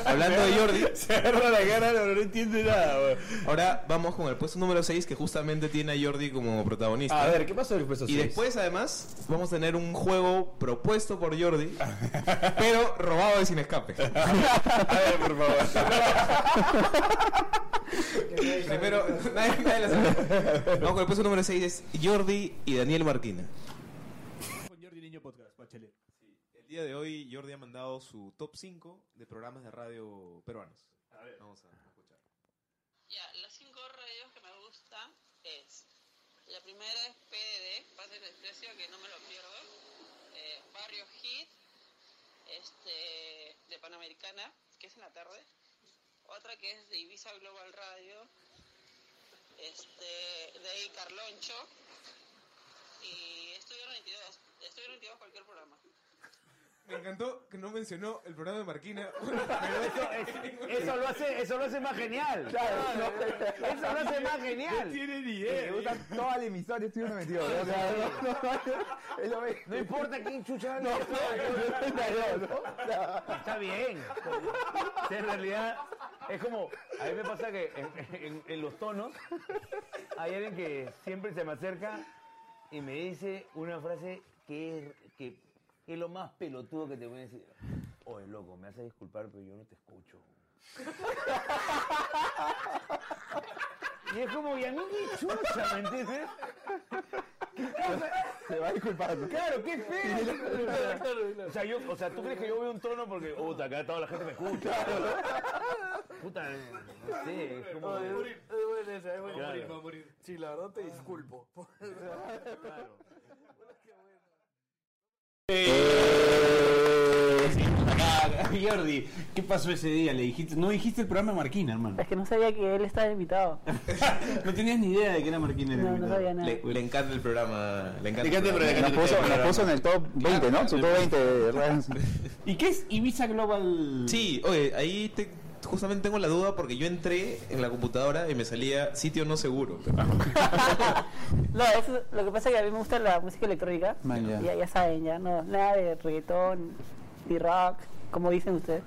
Hablando de Jordi. Se agarra la cara, no, no entiende nada. Ahora vamos con el puesto número 6 que justamente tiene a Jordi como protagonista. A ver, ¿qué pasó en el puesto Y seis? después además vamos a tener un juego propuesto por Jordi, pero robado de sin escape. a ver, por favor. Primero, nadie, nadie lo sabe. Vamos con el puesto número 6 es Jordi y Daniel Marquina. El día de hoy Jordi ha mandado su top 5 de programas de radio peruanos. A ver, vamos a escuchar. Ya, las cinco radios que me gustan es. La primera es PDD, Paz del Desprecio, que no me lo pierdo. Eh, Barrio Hit, este, de Panamericana, que es en la tarde. Otra que es de Ibiza Global Radio, este, de ahí Carloncho. Y Estudio 92, Estudio 92 cualquier programa. Me encantó que no mencionó el programa de Marquina. Eso lo hace, eso lo hace más genial. Claro, no, eso lo hace más genial. No tiene ni Me idea. gusta toda la emisora, estoy una metida. O sea, no, no, es lo mismo. No importa quién chucha. Ah, No, no, no, Está bien. Sí, En realidad, es como, a mí me pasa que en, en- en los tonos hay alguien que siempre se me acerca y me dice una frase que es, que, que es lo más pelotudo que te voy a decir. Oye, loco, me hace disculpar, pero yo no te escucho. Y es como, ¿y a mí qué chucha, me entiendes? Se va disculpando. Claro, qué feo. O sea, yo, o sea, tú crees que yo veo un tono porque, puta, acá toda la gente me escucha. Puta, eh, no sé, es como. Es morir, es buena esa, es buena. Claro. Morir, va a morir. Sí, la verdad te disculpo. Claro. Acá, Jordi, ¿qué pasó ese día? Le dijiste, no dijiste el programa de Marquina, hermano. Es que no sabía que él estaba invitado. No tenías ni idea de que era Marquina. el No, no invitado. sabía nada. Le, le encanta el programa. Le encanta, Le encanta el programa. La puso, la puso en el top 20, ¿no? Su top 20 Ah, de radios. ¿Y qué es Ibiza Global? Sí, oye, ahí te- justamente tengo la duda porque yo entré en la computadora y me salía sitio no seguro. No, eso, lo que pasa es que a mí me gusta la música electrónica. Man, ya. Ya, ya saben, ya no, nada de reggaetón y rock, como dicen ustedes.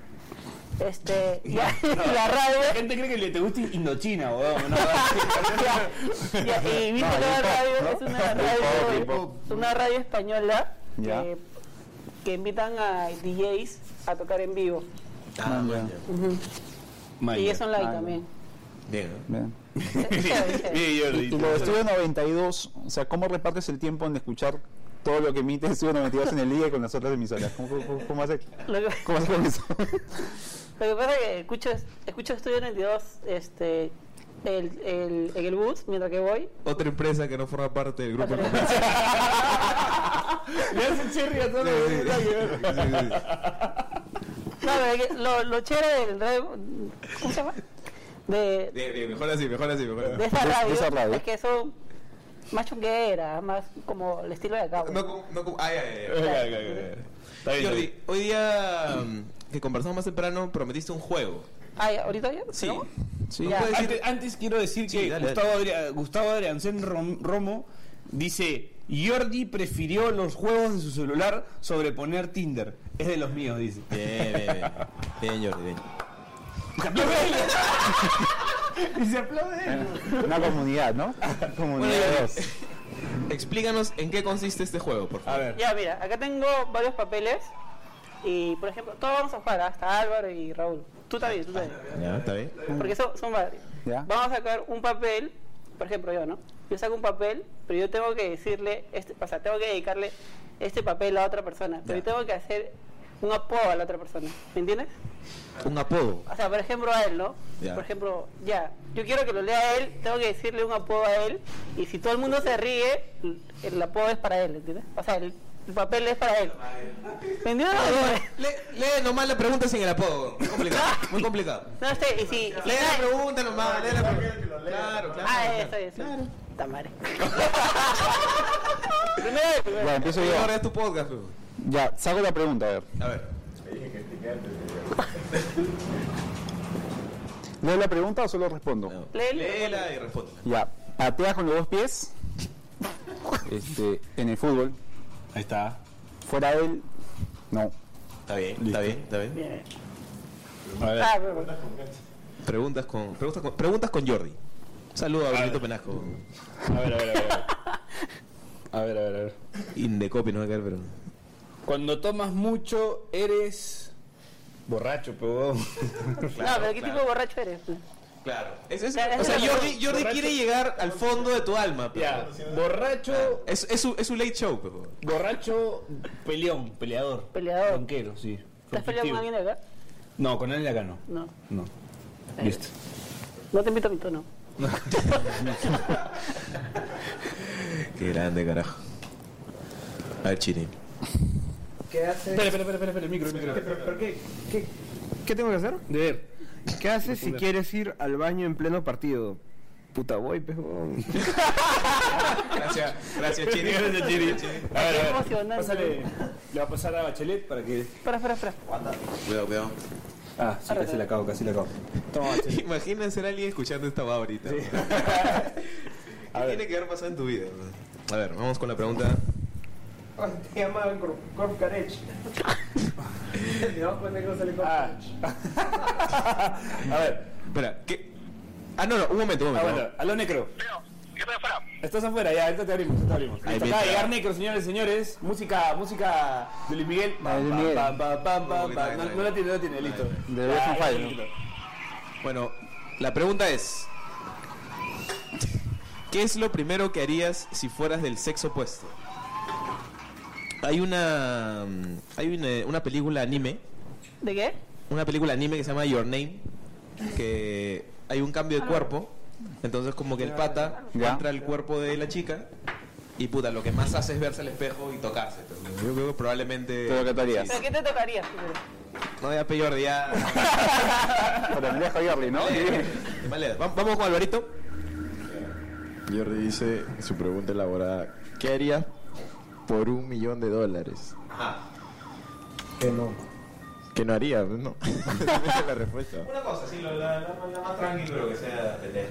Este, y a- y la radio. La gente cree que le te gusta Indochina, weón. No, Ya, y viste que la radio es una radio, es una radio española Ya. que, que invitan a DJs a tocar en vivo. Ah, bueno. Ujú. Y es online Ah, también. Bien. Y, y lo de Estudio 92, o sea, ¿cómo repartes el tiempo en escuchar todo lo que emite Estudio 92 en el día y con las otras emisoras? ¿Cómo, cómo, cómo haces cómo haces con eso? Lo que pasa es que escucho, escucho Estudio 92 este, el, el, en el bus mientras que voy. Otra empresa que no forma parte del grupo. Le hacen cherry a todo lo que tiene que ver. No, pero es que lo, lo chévere del radio- ¿Cómo se llama? De, Bien, bien, mejor así, mejor así, mejor así. de esa radio, es que son más chungueras, más como el estilo de acá. pues. Ay, ay, ay, ay, ay, ay, ay. Jordi, hoy día mm, que conversamos más temprano, prometiste un juego. Ay, ahorita ya. Sí. Sí. Ya. Antes- antes, quiero decir que dale, Gustavo, Adria- Gustavo Adriancén Rom- Romo dice: Jordi prefirió los juegos de su celular sobre poner Tinder. Es de los míos, dice. Bien, bien, bien. Bien, Jordi, bien. Y se aplaude. Una comunidad, ¿no? Bueno, Comunidad de ya. dos. Explícanos en qué consiste este juego, por favor. A ver. Ya, mira, acá tengo varios papeles. Y, por ejemplo, todos vamos a jugar, hasta Álvaro y Raúl. Tú también, tú también. Ya, está bien. Porque son, son varios. Ya. Vamos a sacar un papel, por ejemplo yo, ¿no? Yo saco un papel, pero yo tengo que decirle, este, o sea, tengo que dedicarle este papel a otra persona, pero yo tengo que hacer un apodo a la otra persona, ¿me entiendes? Un apodo. O sea, por ejemplo a él, ¿no? Ya. Por ejemplo, ya, yo quiero que lo lea él, tengo que decirle un apodo a él, y si todo el mundo se ríe, el- el apodo es para él, ¿entiendes? O sea, el, el papel es para él. ¿Me entiendes? Lee, lee nomás la pregunta sin el apodo. Muy complicado. Muy complicado. No sé, y si... Lee la pregunta nomás, lee la pregunta. Claro, claro. Ah, eso, eso. Claro. Tamare. Primero de primero. Ya, empiezo yo. Ahora es tu podcast, pues. Ya, saco la pregunta, a ver. A ver. ¿Leo la pregunta o solo respondo? Léela y responde. Ya, pateas con los dos pies. Este, en el fútbol. Ahí está. Fuera de él, no. Está bien, está bien, está bien. A ver. Ah, pero- Preguntas con, preguntas con, preguntas con Jordi. Un saludo a Benito Penasco. A ver, a ver, a ver. A ver, a ver, a ver. Indecopy no va a caer, pero. Cuando tomas mucho, eres. Borracho, pero. no, pero ¿qué tipo de borracho eres? Claro. Es- es- Claro, o sea, es- Jordi, Jordi borracho. quiere llegar al fondo de tu alma. pero- Borracho. Es, es, su, es su late show, pero. Borracho, peleón, peleador. Peleador. Banquero, sí. ¿Te has peleado con Conflictivo. alguien de acá? No, con él de acá no. No. No. Eh. Listo. No te invito a mi tono. Qué grande, carajo. A ver, Chiri. ¿Qué haces? Espera, espera, espera, espera, el micro, el micro. ¿Por qué? ¿Qué, qué tengo que hacer? Deber. ¿Qué haces si quieres ir al baño en pleno partido? Puta voy, pejón. Gracias, gracias, Chiri. Gracias, Chiri. A ver, a ver. emocionante. Pásale. Le va a pasar a Bachelet para que. Espera, espera, espera. Cuidado, cuidado. Ah, sí, casi la acabo, casi la acabo. Imagina ser alguien escuchando esta va ahorita. ¿Qué tiene que haber pasado en tu vida? A ver, vamos con la pregunta. Te llamaban Corp Corp Carech. Ah, A ver. Espera, ¿qué? Ah, no, no, un momento, un momento. Ah, bueno, aló Necro. Estás afuera, ya, ahorita te abrimos, ahorita te abrimos. Ahí Listo, viene. acaba de llegar Necro, señores, señores. Música, música de Luis Miguel. Pam, Ah, Luis pam, Miguel. Ah, pam, pam, pam, pam, pam. No, no la tiene, no la tiene, listo. Ya, Debería ser ya, fallo. listo. Bueno, la pregunta es: ¿Qué es lo primero que harías si fueras del sexo opuesto? Hay una. mm, Hay una, una película anime. ¿De qué? Una película anime que se llama Your Name. Que hay un cambio de cuerpo. Entonces, como que el pata Ya. entra al cuerpo de la chica. Y puta, lo que más hace es verse al espejo y tocarse. Entonces, Yo creo que probablemente. Todo lo que tú harías. ¿Pero qué te tocaría? No, ya, pe, Jordi, ya. Pero me dejo a Jordi, ¿no? Vale, va- vamos con Alvarito. Jordi dice su pregunta elaborada: ¿Qué harías por un millón de dólares? Que no. Que no haría, pues, no. Esa es la respuesta. Una cosa, sí, lo, la, la- la más tranquilo que sea pendejo.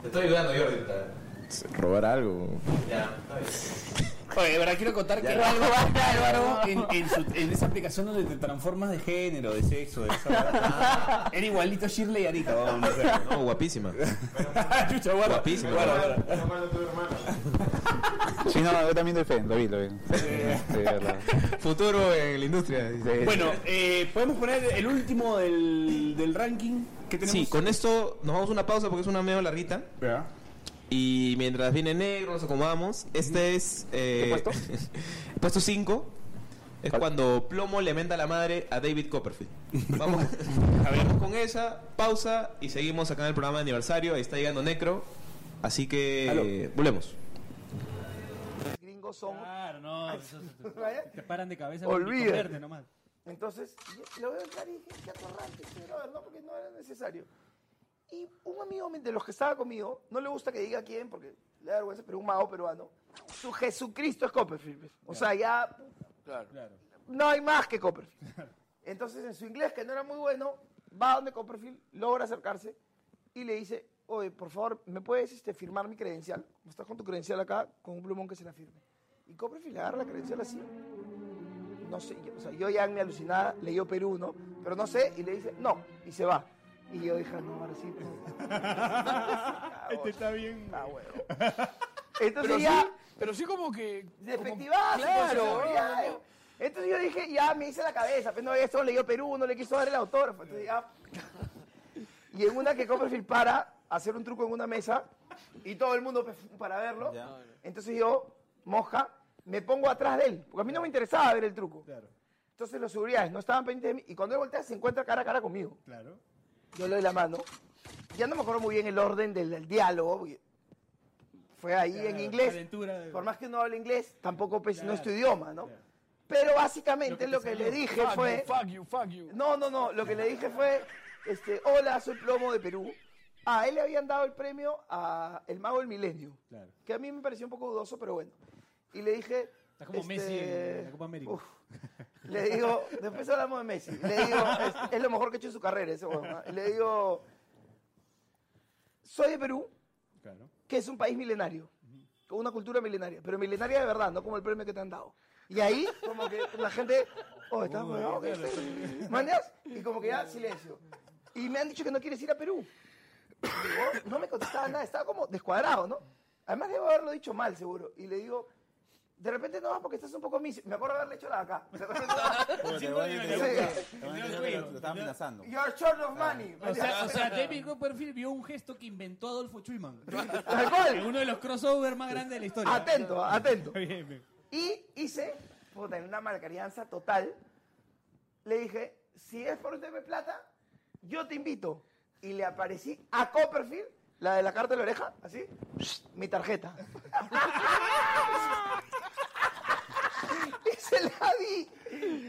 Te estoy ayudando, Jordi. puta. Robar algo. Ya, está bien. Oye, de verdad quiero contar que Ya. Álvaro, en, en su- en esa aplicación donde te transformas de género, de sexo, de esa Era igualito a Shirley Arica, vamos a ver. No, guapísima. Chucha, guarda. Guapísima. Guarda, guarda. Sí, no, yo también doy fe, lo vi, lo vi. Sí, verdad. Futuro en la industria. dice. Bueno, eh, podemos poner el último del, del ranking que tenemos. Sí, con esto nos vamos a una pausa porque es una medio larguita. Y mientras viene negro, nos acomodamos. Este es. eh, puesto? puesto 5. Es cuando Plomo le menta la madre a David Copperfield. Vamos, vamos con esa, pausa y seguimos acá en el programa de aniversario. Ahí está llegando Necro. Así que eh, volvemos. gringos son. Claro, no. eso es- te paran de cabeza por Olvida. comerte nomás. Entonces, yo lo veo entrar y dije, qué atorrante, sí, la verdad, porque no era necesario. Y un amigo mío, de los que estaba conmigo, no le gusta que diga quién, porque le da vergüenza, pero un mago peruano, su Jesucristo es Copperfield. pues. O sea, ya Claro. no hay más que Copperfield. Entonces, en su inglés, que no era muy bueno, va donde Copperfield, logra acercarse y le dice, oye, por favor, ¿me puedes este, firmar mi credencial? Como estás con tu credencial acá, con un plumón que se la firme. Y Copperfield agarra la credencial así. No sé, yo, o sea, yo ya en mi alucinada leyó Perú, ¿no? Pero no sé, y le dice, no, y se va. Y yo dije, no, ahora sí. pues". Este está bien. Ah, huevo. Entonces Pero ya... sí- pero sí como que... Despectivazo, Claro. entonces, pues, ya, eh. Entonces yo dije, ya me hice la cabeza, pero no, esto le dio Perú, no le quiso dar el autógrafo. Entonces ya. Y en una que Copperfield para a hacer un truco en una mesa y todo el mundo pues, para verlo. Entonces yo, moja, me pongo atrás de él, porque a mí no me interesaba ver el truco. Entonces los seguridades no estaban pendientes de mí y cuando él voltea se encuentra cara a cara conmigo. Claro. Yo le doy la mano. Ya no me acuerdo muy bien el orden del, del diálogo. porque Fue ahí Claro, en inglés. calentura de- Por más que uno hable inglés, tampoco pues, no es tu Claro, idioma, ¿no? Pero básicamente lo que, le dije Fuck you, fue... fuck you, fuck you. No, no, no. Lo que le dije fue, este, hola, soy Plomo de Perú. A él le habían dado el premio a El Mago del Milenio, Claro. que a mí me pareció un poco dudoso, pero bueno. Y le dije... Está como Messi este, en la Copa América. le digo, después hablamos de Messi. Le digo, es, es lo mejor que ha hecho en su carrera ese huevón, ¿ah? Y Le digo, soy de Perú, Claro. que es un país milenario, con una cultura milenaria, pero milenaria de verdad, no como el premio que te han dado. Y ahí, como que la gente, oh, estás Uy, huevón, ¿qué claro, este es sí. esto?". ¿Maneas? Y como que ya, silencio. Y me han dicho que no quieres ir a Perú. Digo, no me contestaba nada, estaba como descuadrado, ¿no? Además debo haberlo dicho mal, seguro. Y le digo, de repente no vas porque estás un poco misio. Me acuerdo haberle hecho la de acá. De repente no vas. Te Sí, voy a- te voy a- sí. te voy a- te voy a- Lo estaba amenazando. You're short of money. Ah, O sea, o sea, David Copperfield vio un gesto que inventó Adolfo Schumann. Tal cual. En uno de los crossover más grandes de la historia. Atento, atento. Bien, bien. Y hice, puta, en una malcrianza total, le dije, si es por usted me plata, yo te invito. Y le aparecí a Copperfield, la de la carta de la oreja, así, mi tarjeta. y se la di.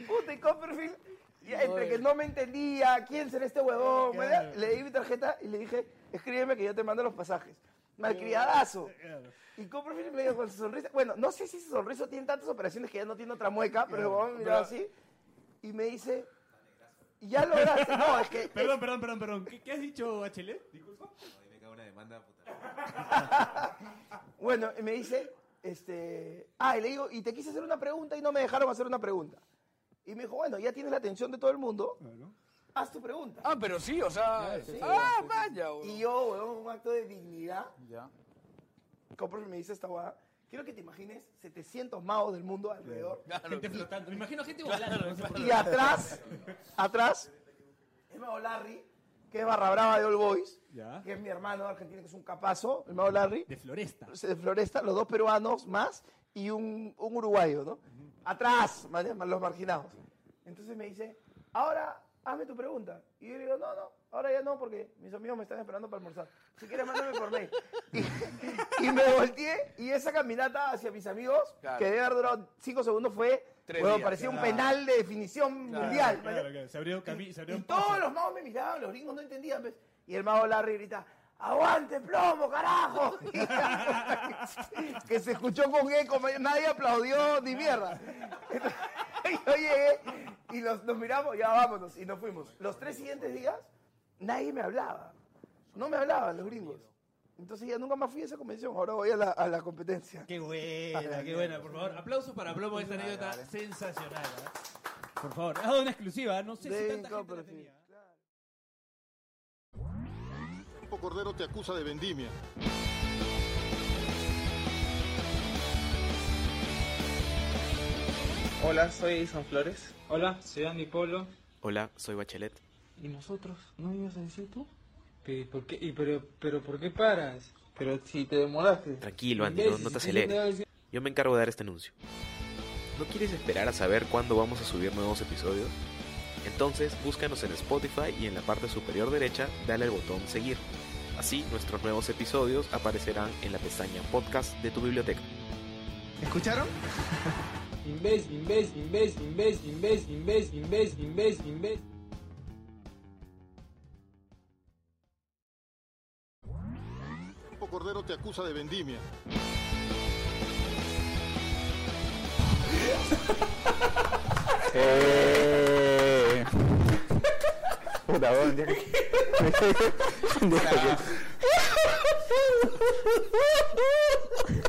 Puta, y Copperfield, y entre que no me entendía, quién será este huevón, ¿verdad? le di mi tarjeta y le dije, escríbeme que yo te mando los pasajes. Malcriadazo. Y Copperfield me dijo con su sonrisa. Bueno, no sé si su sonrisa tiene tantas operaciones que ya no tiene otra mueca, pero Claro. vamos a mirar así. Y me dice. "Y Ya lograste. No, es que. Perdón, perdón, perdón, perdón. ¿Qué, qué has dicho, Bachelet? Disculpa. Bueno, y me dice. Este. Ah, y le digo, y te quise hacer una pregunta y no me dejaron hacer una pregunta. Y me dijo, bueno, ya tienes la atención de todo el mundo. Haz tu pregunta. Ah, pero sí, o sea... Sí. ah, vaya, Y yo, weón, un acto de dignidad. Ya. Copperfield me dice esta guada. Quiero que te imagines 700 magos del mundo alrededor. Gente flotando. Me imagino gente volando. no sé por Y dónde. atrás, atrás, el mago Larry, que es barra brava de All Boys, Ya. que es mi hermano de Argentina, que es un capazo, el mago Larry. De Floresta. De Floresta, los dos peruanos más y un, un uruguayo, ¿no? Atrás, man- los marginados. Entonces me dice, ahora hazme tu pregunta. Y yo le digo, no, no, ahora ya no, porque mis amigos me están esperando para almorzar. Si quieres, mándame por mail. Y, y me volteé y esa caminata hacia mis amigos, Claro. que debe haber durado cinco segundos, fue, Tres bueno, días, parecía un claro. penal de definición Claro, mundial. Claro, claro. Se abrió camino. Se abrió Y todos los magos me miraban, los gringos no entendían. pues. Y el mago Larry grita, ¡aguante plomo, carajo! que se escuchó con eco, ma- nadie aplaudió ni mierda. Entonces, yo llegué y los- nos miramos, ya vámonos, y nos fuimos. Los tres siguientes días, nadie me hablaba. No me hablaban los gringos. Entonces ya nunca más fui a esa convención, ahora voy a la, a la competencia. Qué buena, qué buena, por favor. Aplausos para Plomo, esta anécdota sensacional. ¿ah? Por favor, ha dado una exclusiva, no sé si Ben tanta gente la tenía. Grupo Cordero te acusa de vendimia. Hola, soy Edison Flores. Hola, soy Andy Polo. Hola, soy Bachelet. ¿Y nosotros? ¿No ibas a decir tú? ¿Y por qué, y pero, pero por qué paras? Pero si te demoraste. Tranquilo, Andy, no, no te aceleres. Yo me encargo de dar este anuncio. ¿No quieres esperar a saber cuándo vamos a subir nuevos episodios? Entonces búscanos en Spotify y en la parte superior derecha dale al botón seguir. Así nuestros nuevos episodios aparecerán en la pestaña podcast de tu biblioteca. ¿Escucharon? Inves, inves, inves, inves, inves, inves, inves, inves, inves. Grupo Cordero te acusa de vendimia. Eh. Puta, weón, ya que-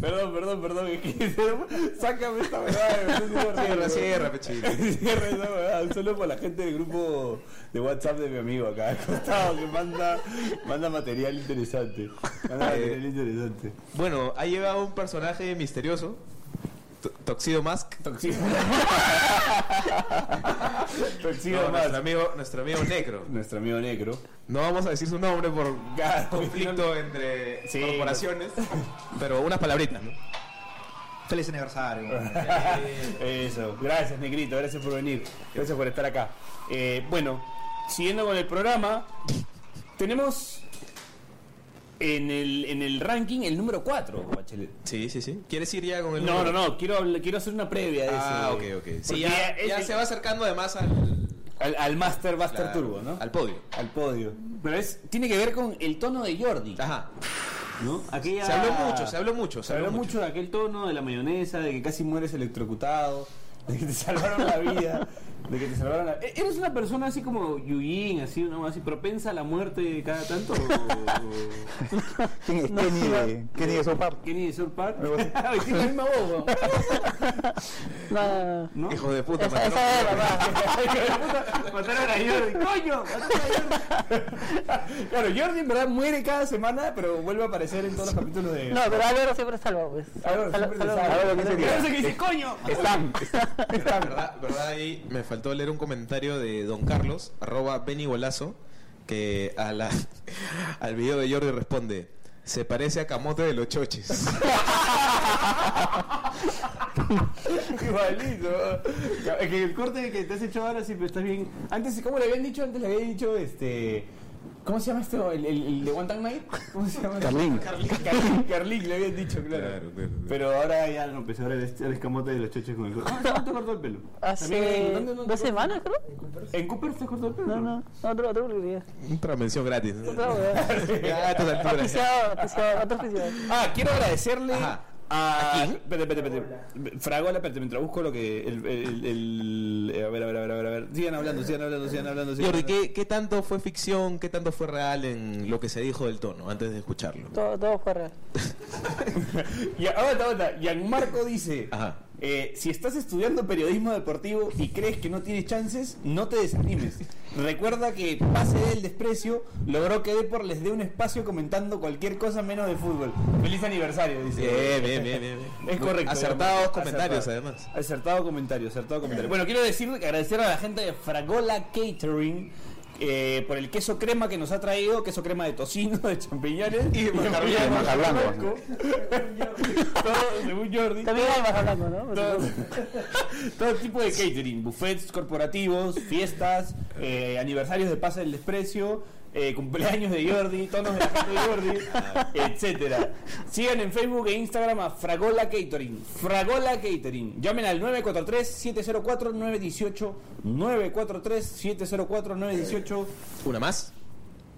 Perdón, perdón, perdón, que quise- Sácame esta huevada. Cierra, cierra, pechito. Cierra esa huevada. Solo para la gente del grupo de WhatsApp de mi amigo acá al costado que manda, manda material interesante. Manda material interesante. Bueno, ha llegado un personaje misterioso. T- Toxido Mask. Toxido. Mask. Nuestro amigo, nuestro amigo Necro. Nuestro amigo Necro. No vamos a decir su nombre por conflicto entre corporaciones. pues, Pero unas palabritas, ¿no? Feliz aniversario. Eso, gracias Negrito, gracias por venir, gracias por estar acá. Eh, bueno, siguiendo con el programa, tenemos en el, en el ranking el número 4, Sí, sí, sí. ¿Quieres ir ya con el No, no, número? no, quiero, habl- quiero hacer una previa de Ah, ese. ok, ok. Sí, Porque ya, es ya el- se va acercando además al. al, al Master Buster Claro, Turbo, ¿no? Al podio. Al podio. Pero es, tiene que ver con el tono de Jordi. Ajá. ¿No? Aquella- Se habló mucho, se habló mucho, se Se habló habló mucho de aquel tono de la mayonesa, de que casi mueres electrocutado, de que te salvaron la vida, de que te salvaron la... Eh, ¿E- ¿Eres una persona así como Yuyin, así, una así propensa a la muerte cada tanto? ¿Quién es? Kenny de- Kenny de South Park. Kenny de South Park. Ay, tiene la misma voz, weón. No, ¿No? Hijo de puta, esa, esa es Mataron a Jordi, coño, Claro, Jordi en verdad muere cada semana, pero vuelve a aparecer en todos los capítulos de. No, pero Álvaro siempre salva, pues. Álvaro siempre se salva. Álvaro ¿qué sería? Álvaro que dice, coño. Están. ¿Verdad, verdad? Ahí me faltó leer un comentario de Don Carlos, arroba Benny Golazo, que a la, al video de Jordi responde, se parece a Camote de los Choches. Igualito. Es que el corte que te has hecho ahora siempre estás bien. Antes, ¿cómo le habían dicho? Antes le habían dicho este. ¿Cómo se llama esto? ¿El, el, el de One Time Night? ¿Cómo se llama? Carlín. Carlín, Carlín, Carlín, le habían dicho, claro. Pero ahora ya no empezó ahora eres eres camote de los choches con el corte. ¿Cómo te cortó el pelo? También, Hace ¿dónde- dónde dos te cortó? semanas, creo. ¿En Cooper te cortó el pelo? No, no, otro, otro brujería. Otra mención gratis. ¿no? Otra weá. Ya, a estas alturas. Oficiado, oficiado, otro oficiado. Ah, quiero agradecerle a. Ah, Espérate, espérate, espérate. Fragola, espérate, mientras busco lo que. El, el- el- eh, A ver, a ver, a ver, a ver, a ver. Sigan hablando, sigan hablando, sigan hablando. Sigan Jordi, hablando. ¿qué, ¿qué tanto fue ficción, qué tanto fue real en lo que se dijo del tono antes de escucharlo? Todo, todo fue real. Y aguanta, aguanta. Gianmarco dice: eh, Si estás estudiando periodismo deportivo y crees que no tienes chances, no te desanimes. Recuerda que pase del desprecio logró que Depor les dé un espacio comentando cualquier cosa menos de fútbol. Feliz aniversario, dice. Bien, bien, bien, bien, bien. Es correcto. Acertados Gianmarco. comentarios, además. Acertado comentario, acertado comentario. Bueno, quiero decir, agradecer a la gente de Fragola Catering. eh, por el queso crema que nos ha traído, queso crema de tocino, de champiñones y de majar- de majar blanco. todo, según Jordi. También todo- hay más hablando, ¿no? todo, todo tipo de catering, buffets corporativos, fiestas, eh, aniversarios de Pase del Desprecio, eh, cumpleaños de Jordi, tonos de la gente de Jordi, etcétera. Sigan en Facebook e Instagram a Fragola Catering. Fragola Catering. Llamen al 943-704-918. 943-704-918. ¿Una más?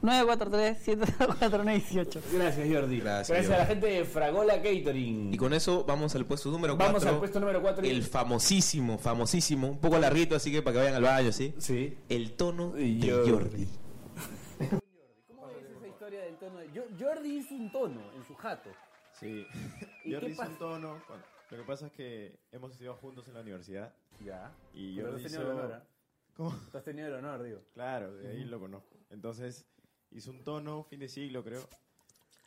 943-704-918. Gracias, Jordi. Gracias, Gracias a la Jordi. gente de Fragola Catering. Y con eso vamos al puesto número 4. Vamos al puesto número 4. El famosísimo, famosísimo, un poco larguito, así que para que vayan al baño, ¿sí? Sí. El tono de Jordi. historia del tono. de- Yo- Jordi hizo un tono en su jato. Sí. ¿Y Jordi qué hizo un pasa? tono. bueno, lo que pasa es que hemos estudiado juntos en la universidad. Ya. Y Pero Jordi tú has tenido hizo- el honor, ¿ah? ¿Cómo? Tú has tenido el honor, digo. Claro, de ahí Ujú. lo conozco. Entonces, hizo un tono, fin de siglo, creo.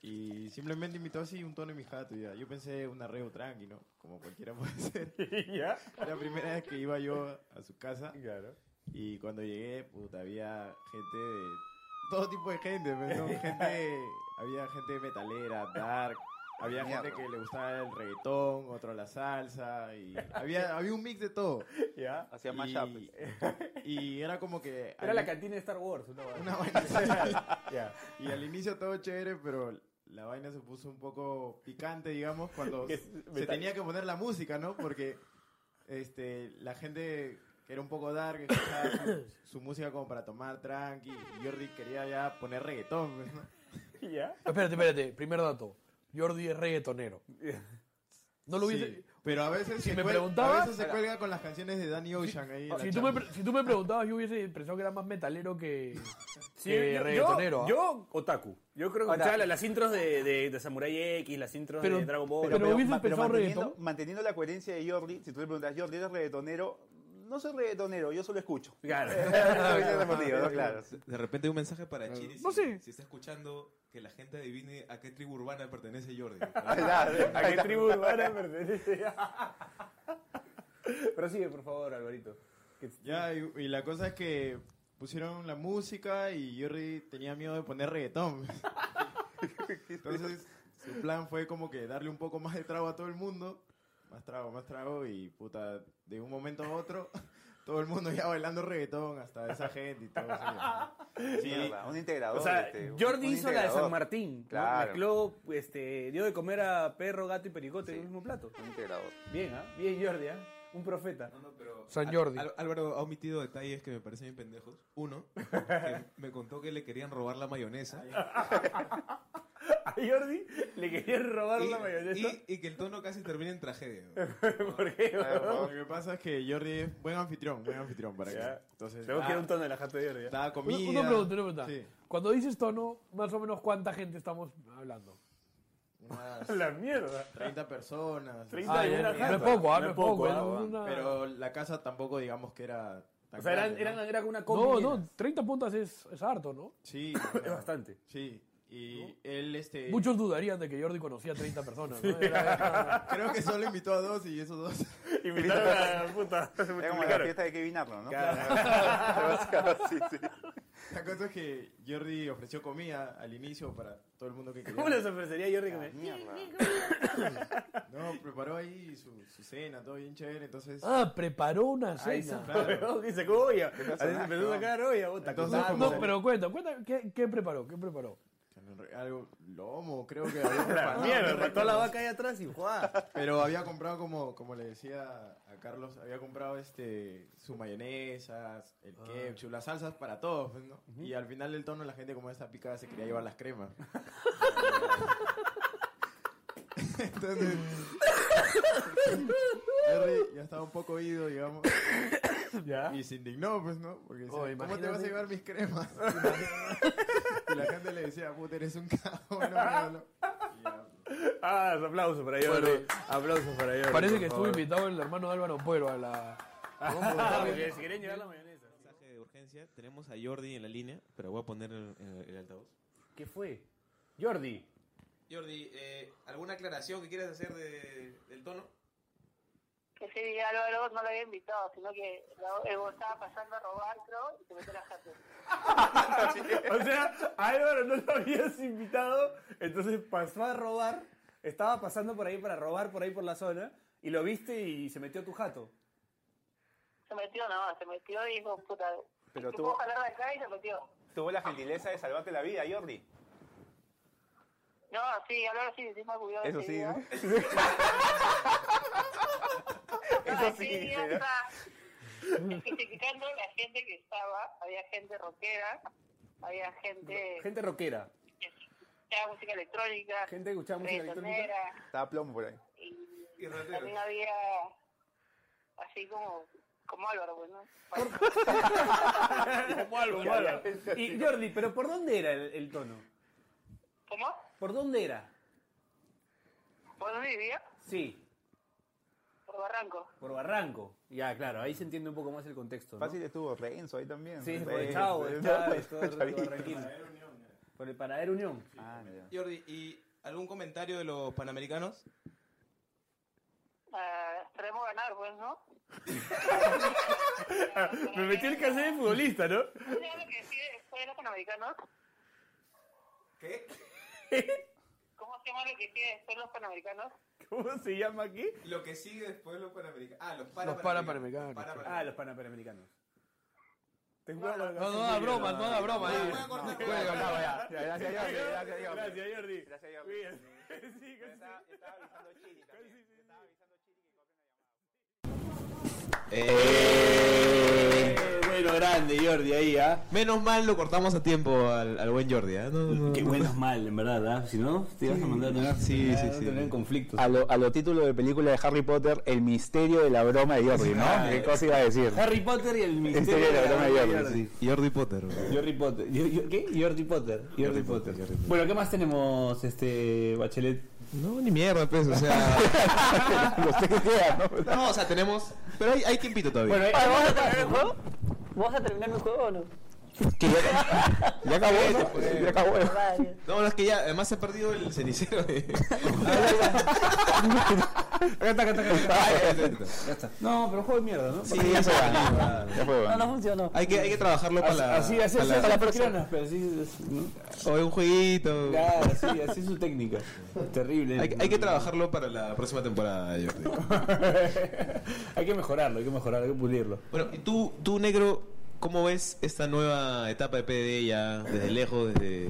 Y simplemente imitó así un tono en mi jato. y Ya. Yo pensé un arreo tranqui, ¿no? Como cualquiera puede ser. ¿Ya? La primera vez que iba yo a su casa. Y cuando llegué, puta, había gente de. Todo tipo de gente, pero gente. Había gente metalera, dark. Había gente Mierda. que le gustaba el reggaetón, otro la salsa. Y había, había un mix de todo. ¿Ya? Hacía más Y era como que. Era la cantina de Star Wars. Una, vaina así. Y al inicio todo chévere, pero la vaina se puso un poco picante, digamos, cuando Que se metal. tenía que poner la música, ¿no? Porque este, la gente que era un poco dark, escuchaba su, su música como para tomar tranqui, y Jordi quería ya poner reggaetón, pues, ¿no? ¿Ya? Espérate, espérate. Primer dato. Jordi es reggaetonero. No lo hubiese... Sí, pero a veces si se me cuel- preguntabas... a veces se cuelga con las canciones de Danny Ocean ahí. en la si, tú me, chamba. pre- si tú me preguntabas, yo hubiese pensado que era más metalero que, Sí, que yo- reggaetonero. ¿ah? Yo, yo, otaku. Yo creo que Ahora- escuchaba la- las intros de, de, de Samurai X, las intros Pero- de Dragon Ball. Pero, pero ma- pero manteniendo, manteniendo la coherencia de Jordi, si tú le preguntas, Jordi, ¿eres reggaetonero? No soy reggaetonero, yo solo escucho. Claro. Ese es el Ah, motivo, ¿no? Claro. De repente un mensaje para Chiri. No si- sé. Si está escuchando, que la gente adivine a qué tribu urbana pertenece Jordi. ¿A qué tribu urbana pertenece? Prosigue, por favor, Alvarito. Ya, y, y la cosa es que pusieron la música y Jordi tenía miedo de poner reggaetón. Entonces, su plan fue como que darle un poco más de trago a todo el mundo. Más trago, más trago y puta, de un momento a otro, todo el mundo ya bailando reggaetón, hasta esa gente y todo eso. Mierda, un integrador, O sea, este, un- Jordi un hizo la de integrador. San Martín. ¿no? Claro. Mezcló, este, dio de comer a perro, gato y pericote en el mismo plato. Un integrador. Bien, ¿ah? Bien, Jordi, ¿ah? Un profeta. Al- Al- Álvaro ha omitido detalles que me parecen bien pendejos. Uno, que me contó que le querían robar la mayonesa. A Jordi le querían robar Y- la mayonesa. Y, y que el tono casi termina en tragedia. ¿Por qué? Lo que pasa es que Jordi es buen anfitrión, buen anfitrión para Ya. acá. Entonces, Tengo que ir a un tono de la jata de Jordi. Daba comida. Una, una pregunta, una pregunta. Sí. Cuando dices tono, más o menos cuánta gente estamos hablando. Unas La mierda. 30 personas. 30 Ah, ya, en una ya. No es jata. poco, ah, no es poco, ah, era weón. una- Pero la casa tampoco, digamos que era. tan O sea, eran- grande, ¿no? eran- era una No, no, 30 puntas es, es harto, ¿no? Sí. Es bastante. Sí. Y él, este. Muchos dudarían de que Jordi conocía a 30 personas. ¿no? Creo que solo invitó a dos y esos dos. Invitaron a- puta, se Era como la fiesta de Kevin Arnold, ¿no? Claro. sí, sí. La cosa es que Jordi ofreció comida al inicio para todo el mundo que quería. ¿Cómo les ofrecería Jordi Ah, comer? No, preparó ahí su, su cena, todo bien chévere, entonces... Ah, preparó una Ahí cena. está, claro. Dice, olla. Qué Así personaje, empezó a sacar ¿no? olla, puta. Entonces, Ah, como- no, pero cuenta, cuenta, ¿qué, qué preparó? ¿Qué preparó? Algo, lomo, creo que había La preparado, mierda, no mató a la recuerdo. vaca ahí atrás y ¡juá! Pero había comprado, como, como le decía a Carlos, había comprado este su mayonesa, el Ah. ketchup, las salsas para todos, pues, ¿no? Y al final del tono la gente como está picada se quería llevar las cremas. Entonces, Jerry ya estaba un poco ido, digamos. Y se indignó, pues, ¿no? Porque decía, Oh, ¿cómo te imagínate. vas a llevar mis cremas? y la gente le decía, puta, eres un cagón, no, no, no. Ah, aplausos para Jordi. Bueno. aplausos para Jordi. Parece por que estuvo favor. invitado el hermano de Álvaro Puero a la... Porque si quieren llevar la mayonesa. Mensaje de urgencia. Tenemos a Jordi en la línea, pero voy a poner el, el- el altavoz. ¿Qué fue? Jordi. Jordi, eh, ¿alguna aclaración que quieras hacer del tono? Ese día Álvaro no lo había invitado, sino que la- el huevón estaba pasando a robar, creo, y se metió la jata. Ah, O sea, a Álvaro no lo habías invitado, entonces pasó a robar, estaba pasando por ahí para robar por ahí por la zona, y lo viste y se metió a tu jato. Se metió no, se metió y dijo, puta, Pero ¿qué puedo tuvo, jalar de acá? Y se metió. tuvo la gentileza de salvarte la vida, Jordi. No, sí, Álvaro sí, sí me ha cuidado. Eso ese sí. día. Eso Así sí. ya dice, ¿no? está. Criticando a la gente que estaba, había gente rockera, había gente Gente rockera. que escuchaba música electrónica, Gente que escuchaba música electrónica. reggaetonera, Estaba plomo por ahí. Y también había así como, como Álvaro, pues, ¿no? Como Álvaro. Y Jordi, ¿pero por dónde era el, el tono? ¿Por dónde era? ¿Por dónde vivía? Sí, Por Barranco. por Barranco. Ya, claro, ahí se entiende un poco más el contexto. ¿no? Fácil estuvo Renzo ahí también. Sí, por Renzo, el Chavo, el ¿no? Chávez, todo el rato Chavito. Barranquilla. Por el Paradero Unión. Ah, ya. Jordi, ¿y algún comentario de los panamericanos? Ah, esperemos ganar, pues, ¿no? Me metí el cassette de futbolista, ¿no? ¿Sabes lo que decide después de los panamericanos? ¿Qué? ¿Cómo se llama lo que decide después de los panamericanos? ¿Cómo se llama aquí? Lo que sigue después de los panamericanos. Ah, los Los parapanamericanos. Ah, los Panapanamericanos. Te No, juro- no, no da bromas, no eh. da Ah, bromas, eh. no, ya. no, no, Bueno, no, bueno, acá va, ya. ya. Gracias, Jordi, gracias, Jordi. Gracias, Jordi. Gracias, Jordi. Cuídate. Sí, Eh, Bueno, grande Jordi ahí, ¿ah? Menos mal lo cortamos a tiempo al, al buen Jordi, ¿ah? No, no, Qué no. bueno es mal, en verdad, ¿ah? Si no, te ibas a mandar a Sí, sí, sí. conflictos. A lo, a lo título de película de Harry Potter, el misterio de la broma de Jordi, ¿no? Ah, ¿Qué cosa iba a decir? Harry Potter y el El misterio de la broma de Jordi. sí. Jordi Potter. Jordi Potter. Yo- yo- ¿Qué? Jordi Potter. Jordi Potter. Bueno, ¿qué más tenemos, este, Bachelet? No, ni mierda, pues, o sea. ¿no? o sea, tenemos. Pero hay, hay tiempito todavía. Oye, eh, ¿Vamos a terminar el juego? ¿Vamos a terminar el juego o no? ya acabó, Ya acabó. Vale. No, no, es que ya, además se ha perdido el cenicero. de- Ah, Acá está, acá está, acá Ah, está. Ya está. No, pero juego de mierda, ¿no? Sí, ya se va. Ya fue, No, va. no funcionó. Hay que, hay que trabajarlo para la. Así, así, así, para para la- la próxima. Pero así, así, ¿no? O un jueguito. Claro, sí, así es su técnica. Terrible. Hay, hay que trabajarlo para la próxima temporada, Jordi. Hay que mejorarlo, hay que mejorarlo, hay que pulirlo. Bueno, y tú, tú negro, ¿cómo ves esta nueva etapa de PD ya desde lejos, desde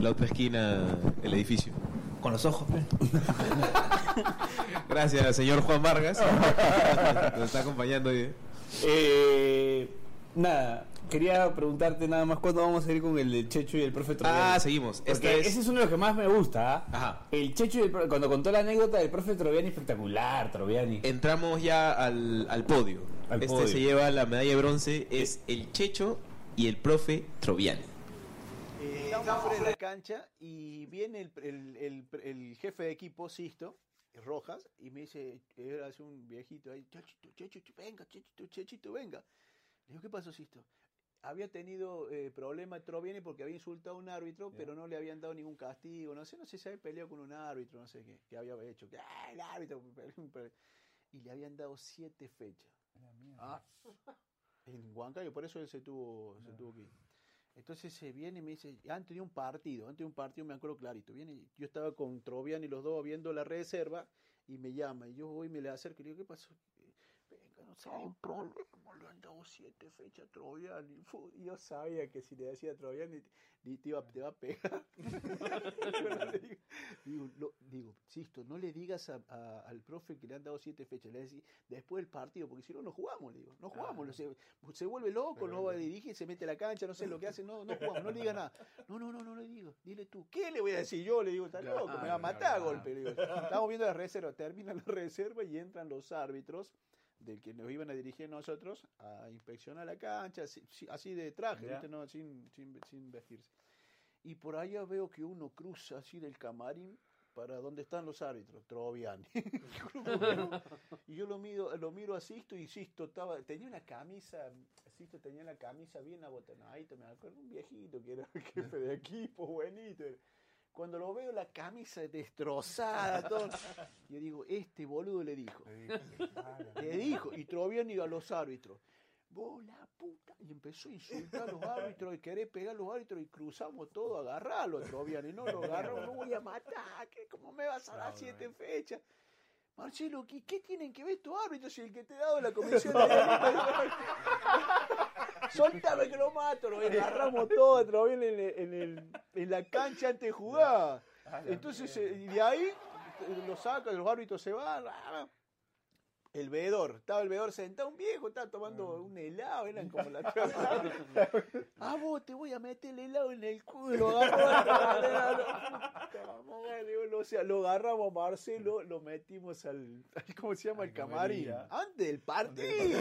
la otra esquina del edificio? Con los ojos. Gracias, señor Juan Vargas. Nos está acompañando hoy. ¿eh? Eh, nada, quería preguntarte nada más cuándo vamos a ir con el de Checho y el profe Troviani. Ah, seguimos. Porque Esta es- Ese es uno de los que más me gusta. ¿ah? El Checho y el profe, cuando contó la anécdota del profe Troviani, espectacular, Troviani. Entramos ya al, al podio. Al este podio. se lleva la medalla de bronce, es el Checho y el profe Troviani. Eh, Estamos fuera de la cancha y viene el, el- el- el jefe de equipo, Sisto, Rojas, y me dice, era así un viejito ahí, chachito, chachito, venga, chachito, chachito, venga. Le digo, ¿qué pasó, Sisto? Había tenido eh, problema Troviani porque había insultado a un árbitro, pero no le habían dado ningún castigo, no sé, no sé si había peleado con un árbitro, no sé qué, que había hecho, que, "Ah, el árbitro, y le habían dado siete fechas. Ah, en Huancayo, por eso él se tuvo, se tuvo que ir. Entonces se viene y me dice, antes de un partido, antes de un partido me acuerdo clarito, viene, y yo estaba con Trovian y los dos viendo la reserva y me llama, y yo voy y me le acerco y le digo, ¿qué pasó? Venga, no sé, hay un problema, le han dado siete fechas a Trovian y fu, y yo sabía que si le decía a Trovian y- y te, iba, te va a pegar. Pero le digo, digo, lo- digo, Sisto, no le digas a- a- al profe que le han dado siete fechas, le decís después del partido, porque si no, no jugamos, le digo, no jugamos, lo sé, se vuelve loco, no va, dirige, se mete a la cancha, no sé lo que hace, no, no jugamos, no le diga nada. No, no, no, no le digo, dile tú, ¿qué le voy a decir yo? Le digo, está loco, me va a matar a golpe. le digo. Estamos viendo la reserva, termina la reserva y entran los árbitros del que nos iban a dirigir nosotros a inspeccionar la cancha, así, así de traje, Ya. ¿viste? No, sin, sin, sin vestirse. Y por allá veo que uno cruza así del camarín para donde están los árbitros, Troviani. y yo lo miro, lo miro a Sisto y Sisto estaba, tenía una camisa, Sisto tenía una camisa bien abotonadita, me acuerdo, un viejito que era jefe de equipo, buenito. era. Cuando lo veo la camisa destrozada, todo, yo digo, este boludo le dijo. Le dijo, y Troviani a los árbitros. Vos la puta. Y empezó a insultar a los árbitros y querer pegar a los árbitros y cruzamos todo, agarrarlo a Troviani. No lo agarró, no voy a matar. ¿qué? ¿Cómo me vas a dar siete fechas? Marcelo, ¿qué, qué tienen que ver estos árbitros si el que te he dado la comisión de Soltame que lo mato, lo agarramos todo, lo vi en, el- en el- en la cancha antes de jugar. Entonces, eh, y de ahí eh, lo saca, los árbitros se van. ah, ra, ra. El veedor, estaba el veedor sentado, un viejo, estaba tomando un helado, eran como la Ah, vos te voy a meter el helado en el culo, agarró. O sea, lo agarramos a Marcelo, lo metimos al, al- ¿cómo se llama? El camarín. Antes del partido.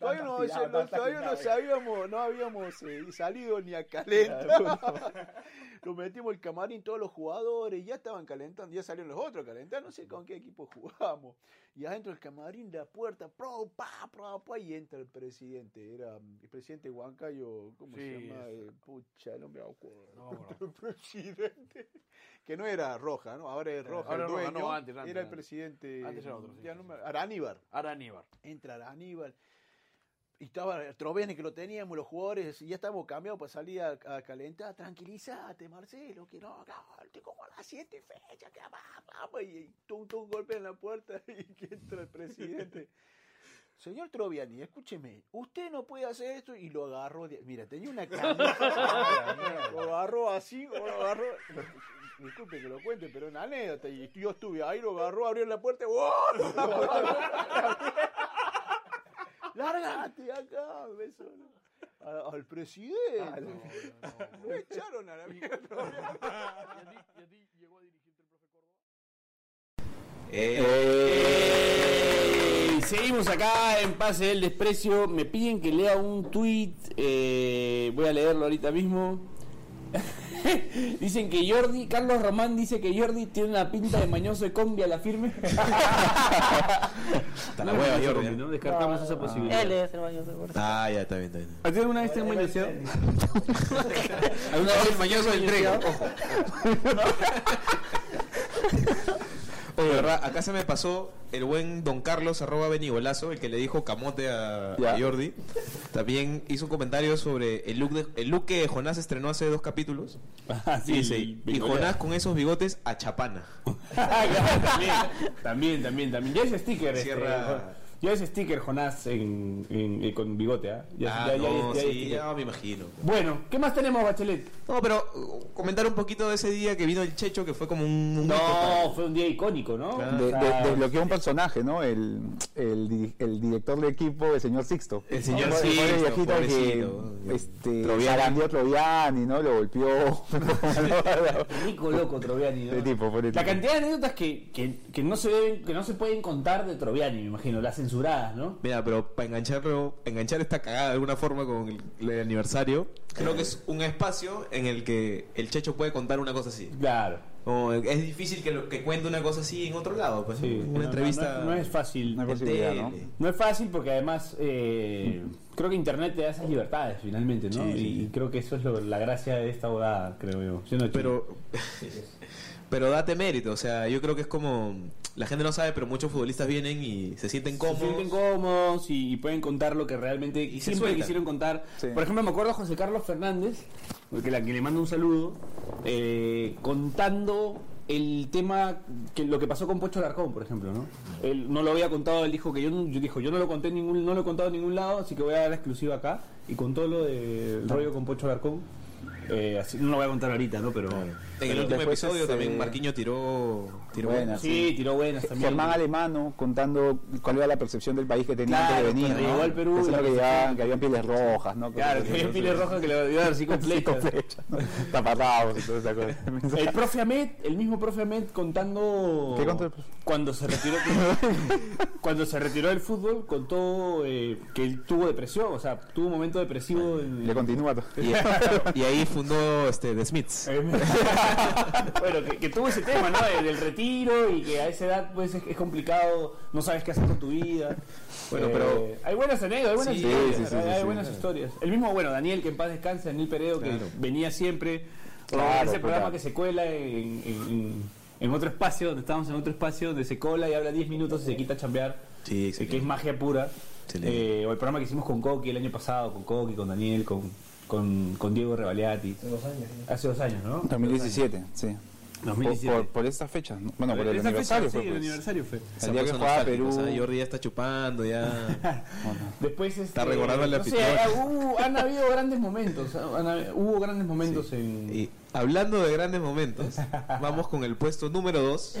todavía no, Estás tirado, no- estás todavía no tirado. sabíamos, no habíamos eh, salido ni a caleta. Nos metimos el camarín, todos los jugadores, ya estaban calentando, ya salieron los otros a calentar, no sé con qué equipo jugamos. Y adentro del camarín, la puerta, pro, pa, pro, pa, y entra el presidente. Era mm, el presidente Huancayo, ¿cómo se Sí, llama? es- Eh, pucha, no me acuerdo. el presidente. Que no era Roja, ¿no? Ahora es Roja. Eh, el Ahora es Roja, dueño, no, antes, antes, era el antes. presidente. Antes era otro, sí, ya sí, no sí. me- Araníbar. Araníbar. Entra Araníbal. Y estaba Trovene que lo teníamos, los jugadores, y ya estábamos cambiados para salir a, a calentar. Tranquilízate, Marcelo, que no, no, te como la siete fecha, que vamos, vamos. Y, y tum, tum, golpe en la puerta y que entra el presidente. Señor Troviani, escúcheme, usted no puede hacer esto y lo agarró. de- Mira, tenía una camisa. lo agarró así, lo agarró. Disculpe que lo cuente, pero es una anécdota. Y yo estuve ahí, lo agarró, abrió la puerta. ¡oh! ¡wow! ¡Lárgate acá! me sonó. ¡Ah! A- al presidente. Ah, Lo echaron a la mierda. Ey, Eh, Seguimos acá en Pase del Desprecio. Me piden que lea un tweet. voy a leerlo ahorita mismo. Dicen que Jordi, Carlos Román dice que Jordi tiene una pinta de mañoso de combi a la firme. Hasta la hueva, Jordi. No descartamos esa posibilidad. Él es el mañoso. por favor. Ah, ya, está bien, está bien. ¿A ti alguna vez te han mañoseado? ¿Alguna vez el mañoso del tren? Ojo. Oye, de verdad, acá se me pasó el buen Don Carlos arroba Benigolazo, el que le dijo camote a, a Ya. Jordi. También hizo un comentario sobre el look, de- el look que Jonás estrenó hace dos capítulos. Ah, sí, y dice, y bigolea". Jonás con esos bigotes a chapana. Ah, también, también, también. Ya es sticker. este, Cierra- ya es sticker, Jonás, en- en- en- con bigote. ¿ah? Ya- ah, ya- ya- no, ya- ya es sí, sticker. ya me imagino. Bueno, ¿qué más tenemos, Bachelet? No, pero uh, comentar un poquito de ese día que vino el Checho, que fue como un... un No, fue un día icónico, ¿no? De- Ah, de- desbloqueó un personaje, ¿no? El, el, di- el director del equipo, el señor Sixto. El señor ¿No? Fue- fue el Sixto, viejito pobrecito. que este, Troviani. zarandeó a Troviani, ¿no? Lo golpeó. Rico loco Troviani, ¿no? Ese tipo, pobre La tipo. cantidad de anécdotas que, que, que no se deben, que no se pueden contar de Troviani, me imagino, las censuradas, ¿no? Mira, pero para engancharlo, enganchar esta cagada de alguna forma con el, el aniversario, creo que es un espacio en el que el Checho puede contar una cosa así. Claro. es difícil que, lo, que cuente una cosa así en otro lado, pues. No, no, una entrevista. No, no es fácil. hay en posibilidad, tele. ¿no? No es fácil porque además eh, creo que internet te da esas libertades finalmente, ¿no? Sí, y, sí. y creo que eso es lo- la gracia de esta boda, creo yo. Yo no he Pero- Pero date mérito, o sea, yo creo que es como. La gente no sabe, pero muchos futbolistas vienen y se sienten cómodos. se sienten cómodos y, y pueden contar lo que realmente se siempre sueltan. quisieron contar. Por ejemplo, me acuerdo a José Carlos Fernández, que, la, que le mando un saludo, eh, contando el tema, que lo que pasó con Pocho Alarcón, por ejemplo, ¿no? Él no lo había contado, él dijo que yo, no- yo dijo, yo no lo conté en ningún, no lo he contado en ningún lado, así que voy a dar la exclusiva acá y contó lo del rollo con Pocho Alarcón. Eh, así, no lo voy a contar ahorita, ¿no? Pero En el pero último después, episodio este, eh, también Marquinho tiró. tiró buenas. sí, tiró buenas también. Germán Alemano contando cuál era la percepción del país que tenía Claro, antes de venir. cuando ¿no? llegó al Perú, Pensando la que, percepción- llegaban- que habían pieles rojas, ¿no? Claro, que había pile roja que le dio así con flechas. Tapatados y toda esa cosa. El profe Ahmed, el mismo profe Ahmed contando. ¿Qué contó el Cuando se retiró. cuando se retiró del fútbol, contó eh, que él tuvo depresión, o sea, tuvo un momento depresivo. en- Le continúa. Y, y ahí fundó este, The Smiths. bueno, que, que tuvo ese tema, ¿no? El, del retiro y que a esa edad, pues es, es complicado, no sabes qué hacer con tu vida. Bueno, Eh, pero- Hay buenas anécdotas, hay buenas Sí, historias. sí, sí, sí, hay sí. buenas historias. El mismo, bueno, Daniel, que en paz descanse, Daniel Peredo, Claro. que venía siempre. o Claro, ese programa claro. que se cuela en, en- en- en otro espacio, donde estamos en otro espacio, donde se cola y habla 10 minutos y se quita a chambear. Sí, eh, que es magia pura. Eh, o el programa que hicimos con Coqui el año pasado, con Coqui, con Daniel, con, con, con Diego Revaliati. Hace dos años. Hace dos años, ¿no? 2017, sí. Por, por, por estas fechas, ¿no? Bueno, por el Esa aniversario. fue, fecha, sí, el pues. aniversario fue. El día que jugaba Perú. Jordi ya está chupando, ya. Después este, Está recordando el no sé, anfitrión. hubo- eh, uh, han habido grandes momentos. han uh, hab- hubo grandes momentos en. Y hablando de grandes momentos, vamos con el puesto número 2.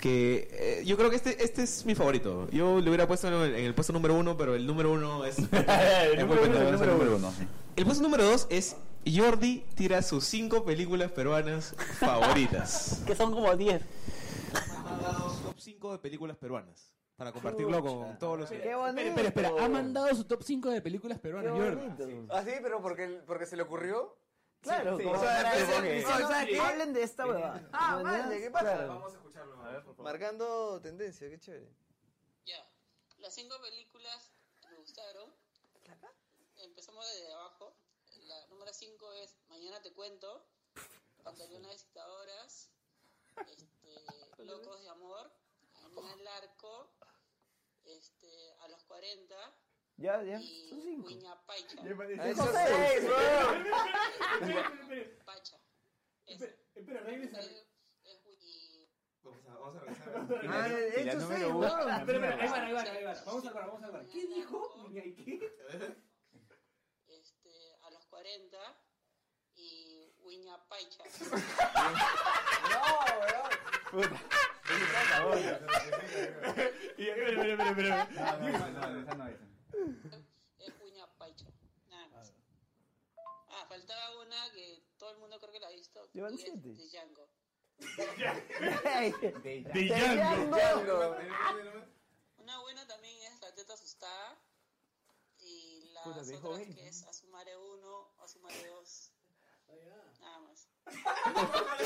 Que eh, yo creo que este, este es mi favorito. Yo le hubiera puesto en el, en el puesto número 1, pero el número 1 es. es muy número uno, pendejo. el número número uno. El puesto número 2 es Jordi tira sus 5 películas peruanas favoritas. Que son como 10. Top 5 de películas peruanas. Para compartirlo con todos los. Qué bonito. Espera, espera, ha mandado su top 5 de películas peruanas, Jordi. ¿Ah, sí? ¿Pero porque, porque se le ocurrió? Claro, Sí, como- o sea, para pero decir, porque- diciendo, o sea, sí. ¿qué? hablen de esta huevada. Ah, ¿Mañana? vale, ¿qué pasa? Claro. Vamos a escucharlo. A ver, por favor. Marcando tendencia, qué chévere. Ya, las cinco películas que me gustaron. Empezamos desde abajo. La número cinco es Mañana te cuento. Pantalones de dictadoras. Este, Locos de amor. Ana el arco. Este, a los 40. Ya, ya, son cinco. Niña Paicha. Ya parece- Ah, son seis, weón. Pacha. Espera, espera, regresa. Vamos a, vamos a regresar. Ah, he hecho seis, weón. Espera, espera, ahí van, ahí van, ahí van. Vamos al bar, vamos al bar. ¿Qué dijo? Mira, ¿y ¿Qué? Este, a los 40 y Wiña Paicha. Y espera, espera, espera, espera. es Wiña Paicha. Nada más. Ah, faltaba una que todo el mundo creo que la ha visto. Llevan y es siete. De Django. De De Django. Una buena también es La Teta Asustada. Y las Puta, te dijo otras veinte. que es Asumare 1, Asumare 2. Nada más.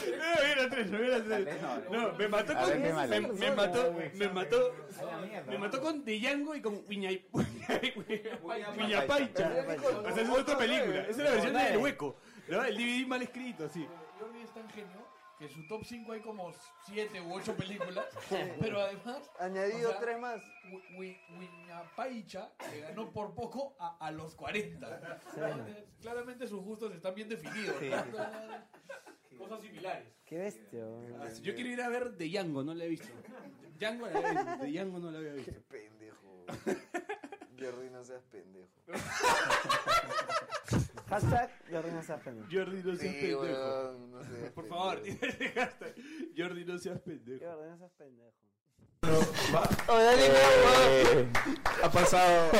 No, era tres, no era tres. No, me mató A ver, con. qué mal. Me, me mató, me mató. A la mierda. Me mató con De Django y con Wiñay. Paicha. Wiñapaicha. O sea, es otra película. Esa es la versión del hueco. ¿no? El DVD mal escrito, sí. Jordi es tan genio que en su top 5 hay como 7 u 8 películas, pero además... Añadido tres más. Wiñapaicha, que ganó por poco a, a los 40. Entonces, Claramente sus gustos están bien definidos. Sí. ¿no? Cosas similares. Qué bestia. Ah, Yo quiero ir a ver De Django, no la he visto. Django la había visto, De Django no la había visto. Pendejo. Jordi, no seas pendejo. Hashtag Jordi no seas pendejo. Jordi no Sí, seas pendejo. weón, no seas Por pendejo. favor, hashtag, Jordi no seas pendejo. Jordi no seas pendejo. Eh, ha pasado.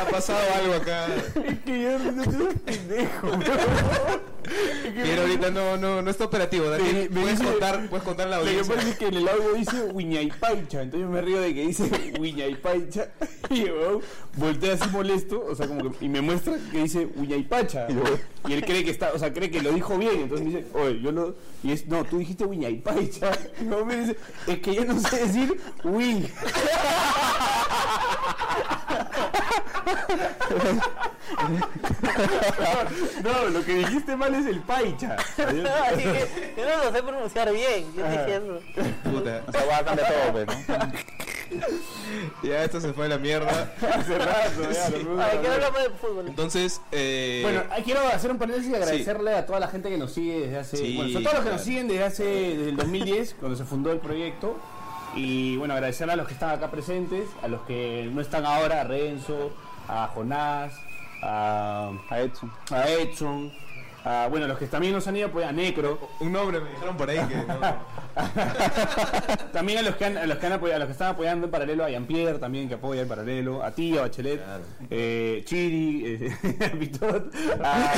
ha pasado algo acá. que yo no soy pendejo. Quiero ahorita no, no, no está operativo, Daniel. puedes contar, puedes contar a la Lo que audiencia. pasa es que en el audio dice Wiñaypaicha, entonces yo me río de que dice Wiñaypaicha y el huevón voltea así molesto, o sea, como que, y me muestra que dice Wiñaypacha. Y él cree que está, o sea, cree que lo dijo bien, entonces me dice, oye, yo lo. Y es, no, tú dijiste Wiñaypaicha. Y luego me dice, es que yo no sé decir Win. No, lo que dijiste mal es el paicha. Yo no lo sé pronunciar bien, yo Ajá. dije eso. Puta. Se guardan de todo, pues, ¿no? Ya esto se fue a la mierda. Hace rato, ya, lo mismo. ¿Por qué no hablamos de fútbol? Entonces, eh, Bueno, ah, quiero hacer un paréntesis y agradecerle a toda la gente que nos sigue desde hace. Sí, bueno, a todos los que claro. nos siguen desde hace. desde el 2010, cuando se fundó el proyecto. Y bueno, agradecerle a los que están acá presentes, a los que no están ahora, a Renzo, a Jonás, a. A Edson. A Edson. a, bueno, los que también nos han ido, pues a Necro. Un nombre me dijeron por ahí que. También a los que han, a los que han apoyado, a los que están apoyando en paralelo, a Jean-Pierre también que apoya en paralelo, a ti, a Bachelet, eh, Chiri, eh, a Pitot, a,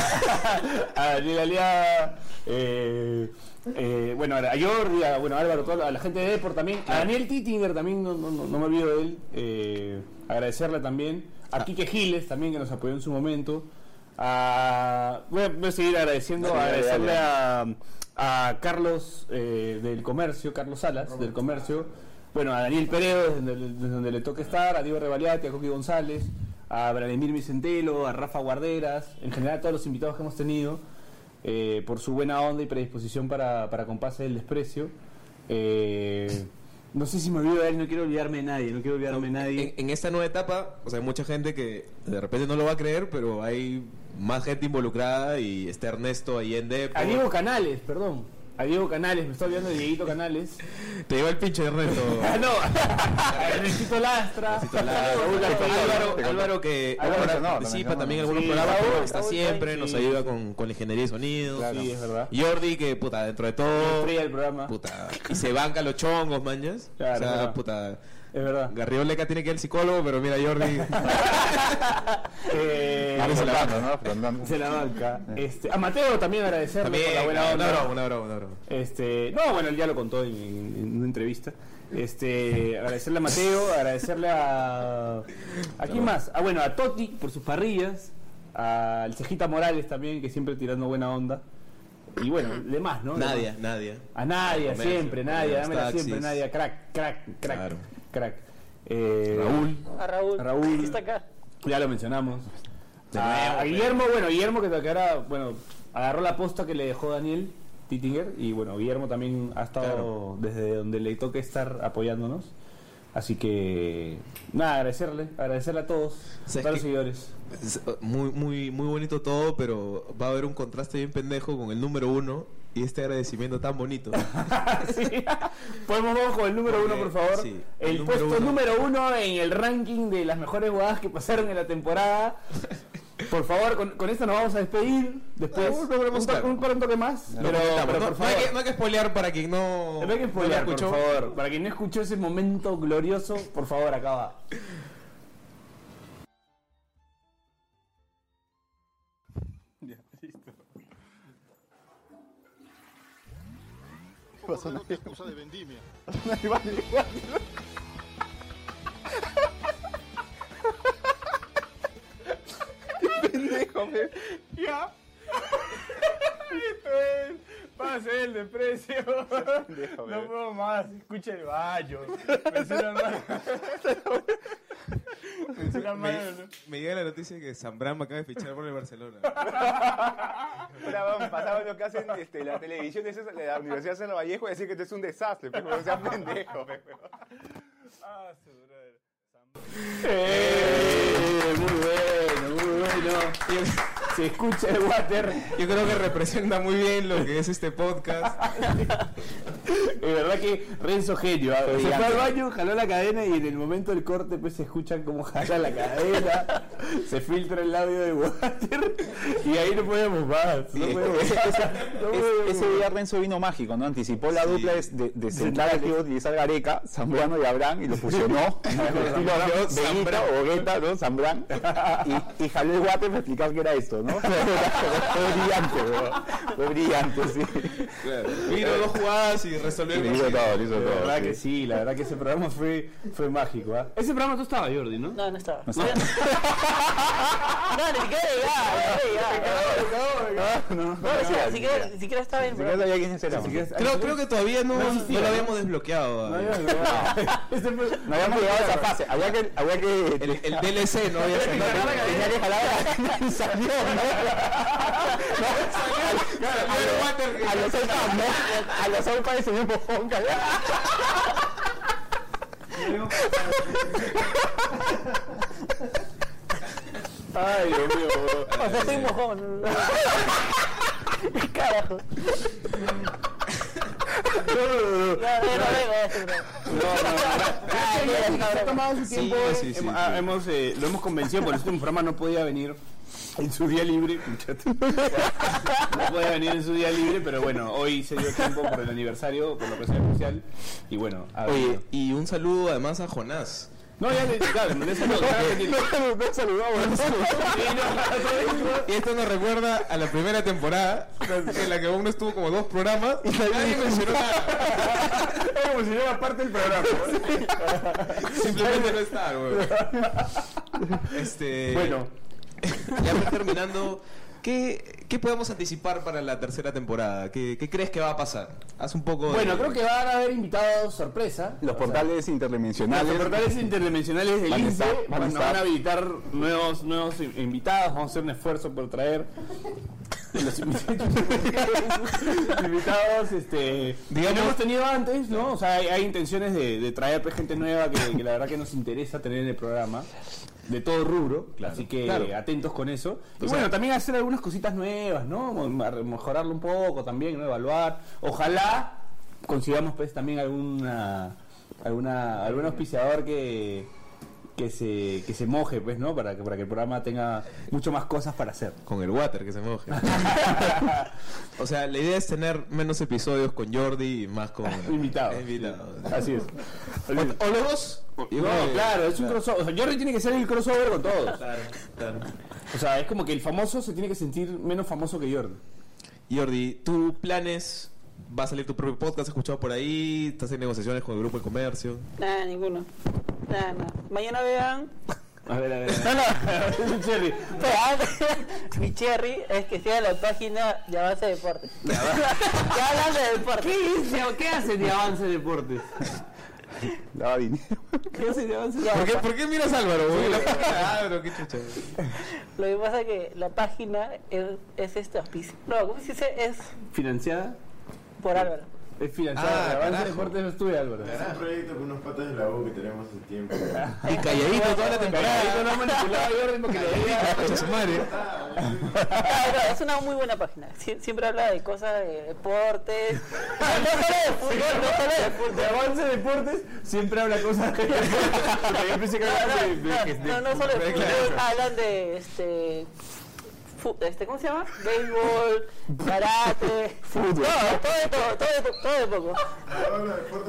a Daniel Aliaga, eh, eh, bueno, a Jordi, a, bueno, a Álvaro, todo- a la gente de Deport también, a Daniel Titinger también, no, no- no- no me olvido de él, eh, agradecerle también, Ah. a Quique Giles también que nos apoyó en su momento. a- voy, a, voy a seguir agradeciendo, Dale, dale, agradecerle dale. a a, a Carlos eh, del Comercio, Carlos Salas del Comercio, bueno, a Daniel Pereo, desde donde, desde donde le toca estar, a Diego Revaliati, a Coqui González, a Vladimir Vicentelo, a Rafa Guarderas, en general a todos los invitados que hemos tenido, eh, por su buena onda y predisposición para, para Compase del Desprecio. Eh, no sé si me olvido de él, no quiero olvidarme de nadie, no quiero olvidarme de nadie. En, en esta nueva etapa, o sea, hay mucha gente que de repente no lo va a creer, pero hay más gente involucrada y está Ernesto Allende. A Diego Canales, perdón. A Diego Canales, me está olvidando de Dieguito Canales. Te lleva el pinche Ernesto. Ah, no. A Ernesto Lastra. Raúl Alfaro. Álvaro, Álvaro que Álvaro ahora Sonor también, participa ¿no? también en algunos Sí, programas, Raúl, pero está Raúl siempre, Sainz, nos sí. ayuda con, con la ingeniería de sonido. Claro. Sí, es verdad. Jordi, que puta, dentro de todo. Estrella del programa. Puta. Y se banca los chongos, manches. Claro, o sea, es verdad. puta. Es verdad. Garrioleca tiene que ir al psicólogo, pero mira, Jordi. Eh, Ahora se la banca, Se la banca. Este, a Mateo también agradecerle También, por la buena claro, onda. un abrazo, un abrazo, un abrazo. Este, no, bueno, él ya lo contó en, en- en una entrevista. Este, agradecerle a Mateo, agradecerle a. ¿A quién más? Ah, bueno, a Toti por sus parrillas. Al Cejita Morales también, que siempre tirando buena onda. Y bueno, demás, ¿no? Nadia, Demás. Nadia. A Nadia, Comercio, siempre, Nadia, los dámela taxis. siempre, Nadia. Crack, crack, crack, Claro. crack. Eh, Raúl. A Raúl. A Raúl. Está acá. Ya lo mencionamos. A, a Guillermo, bueno, Guillermo que que ahora, bueno, agarró la posta que le dejó Daniel Tittinger y bueno, Guillermo también ha estado desde donde le toque estar apoyándonos. Así que nada, agradecerle, agradecerle a todos, a todos los seguidores. Es, eh, Muy, muy, muy bonito todo, pero va a haber un contraste bien pendejo con el número uno y este agradecimiento tan bonito. Podemos vamos con el número uno, por favor. sí, el el número puesto uno. número uno en el ranking de las mejores jugadas que pasaron en la temporada. Por favor, con, con esto nos vamos a despedir. Después, No, un, no volvemos a to- hablar. un, par- un toque más. No pero, comentamos, pero, no- por no hay favor. que- no hay que spoilear para quien no. No hay que no lo spoilear, por escuchó. favor. Para quien no escuchó ese momento glorioso, por favor, acaba. Un cordero te acusa de vendimia. Pendejo, me. Ya. Esto es. Pase el desprecio. No puedo más. Escucha el baño. Me hice la mano. Me hice la Me, mano. me llega la noticia que Zambrano acaba de fichar por el Barcelona. Ahora van- pasaban lo que hacen este, la televisión esa de la Universidad de San Vallejo y decir que esto es un desastre, pero no seas pendejo. pe, weón. Ah, su brother. Eh, muy bueno, muy bueno. Se escucha el water. Yo creo que representa muy bien lo que es este podcast. Es verdad que Renzo genio. ¿ah? Se fue al baño, jaló la cadena y en el momento del corte pues se escuchan como jala la cadena, se filtra el audio de water y ahí no podemos más. No Sí, podemos ese- más. ese- No podemos es- ese más. día Renzo vino mágico, ¿no? Anticipó la dupla es de, de central aquí y Gareca, Zambrano y Abrán, y lo fusionó. y lo dio Veguita o Guetta, ¿no? Zambrán. Y, y jaló el guate para explicar qué era esto, ¿no? Fue brillante, bro. Fue brillante, sí. Vino dos jugadas y resolvió el Hizo partido. todo, hizo La todo. verdad sí. que sí, la verdad que ese programa fue, fue mágico. ¿ah? Ese programa tú estabas, Jordi, ¿no? No, no estaba. No estaba. No, ni siquiera llegaba, ni siquiera llegaba. No, o sea, ni siquiera- ni siquiera estaba en. Creo, creo que todavía no, No no, existía, lo ¿no? habíamos desbloqueado. No, No habíamos llegado a esa fase. Había que. Había que el, DLC no había salido. Tenía que jalar a la salió, ¿no? A los Opa, ¿no? A los Opa y se dio un mojón, cagado. Ay, Dios mío, O sea, estoy mojón. Carajo. No, no, no, no. Se ha tomado su Sí, tiempo, sí, sí, hem- sí. ah, hemos, eh, lo hemos convencido, por eso un programa no podía venir en su día libre, muchacho. No podía venir en su día libre, pero bueno, hoy se dio tiempo por el aniversario, por la ocasión especial. Y bueno, a ver. Oye, y un saludo además a Jonás. No, ya le ya le mandé saludos. No, Y esto nos recuerda a la primera temporada en la que uno estuvo como dos programas y nadie mencionó nada. Era como si yo era parte del programa. Simplemente no está, weón. Este. Bueno. Ya pues, terminando. ¿Qué, ¿Qué podemos anticipar para la tercera temporada? ¿Qué, qué crees que va a pasar? Haz un poco. de- Bueno, creo que van a haber invitados sorpresa. Los portales interdimensionales. Los portales interdimensionales del Van a INSE estar- van a van, estar. van a habilitar nuevos, nuevos in- invitados. Vamos a hacer un esfuerzo por traer los invitados- invitados. Este, digamos, hemos tenido antes, ¿no? O sea, hay, hay intenciones de, de traer pues, gente nueva que, que la verdad que nos interesa tener en el programa. De todo rubro, así que claro. atentos con eso. Y O sea- bueno, también hacer algunas cositas nuevas, ¿no? Mo- a- Mejorarlo un poco también, ¿no? Evaluar. Ojalá consigamos pues también alguna alguna algún auspiciador que que se, que se moje pues no para que para que el programa tenga mucho más cosas para hacer con el water que se moje O sea, la idea es tener menos episodios con Jordi y más con. Invitados. así es O, o los dos. eh, Yo no creo que- claro es un crossover o sea, Jordi tiene que ser el crossover con todos Claro, claro. o sea es como que el famoso se tiene que sentir menos famoso que Jordi Jordi, ¿tú planes? ¿Va a salir tu propio podcast? ¿Has escuchado por ahí? ¿Estás en negociaciones con el grupo de comercio? Nada, ninguno. Nada, nada. Mañana vean A ver, a ver. Mi cherry. Mi cherry es que sea la página de Avance Deportes. ¿Qué hablan de deportes? ¿Qué ¿Qué hace de avance deportes? Daba dinero. ¿Qué hace de avance ¿Por qué, por qué miras a Álvaro? güey? Sí, La güey. página de Álvaro, qué chucha. Lo que pasa es que la página es, es este auspicio. No, ¿cómo se dice? Es ¿Financiada? por Álvaro. Es financiada. Ah, el avance carajo. deportes no es tuyo, Álvaro. Es un proyecto con unos patas de la U que tenemos hace tiempo. Y calladito toda la temporada. Calladito, no manipulaba yo ritmo que le diga. Ah, no, es una muy buena página. Sie- siempre habla de cosas de deportes. no solo de fútbol, no solo de fútbol. De avance deportes siempre habla cosas que. Yo pensé que hablaba de- de- de- No, no solo de de- fútbol, hablan de este. fu- Este, ¿Cómo se llama? Béisbol, karate, fútbol. todo de poco, todo de poco, todo de poco.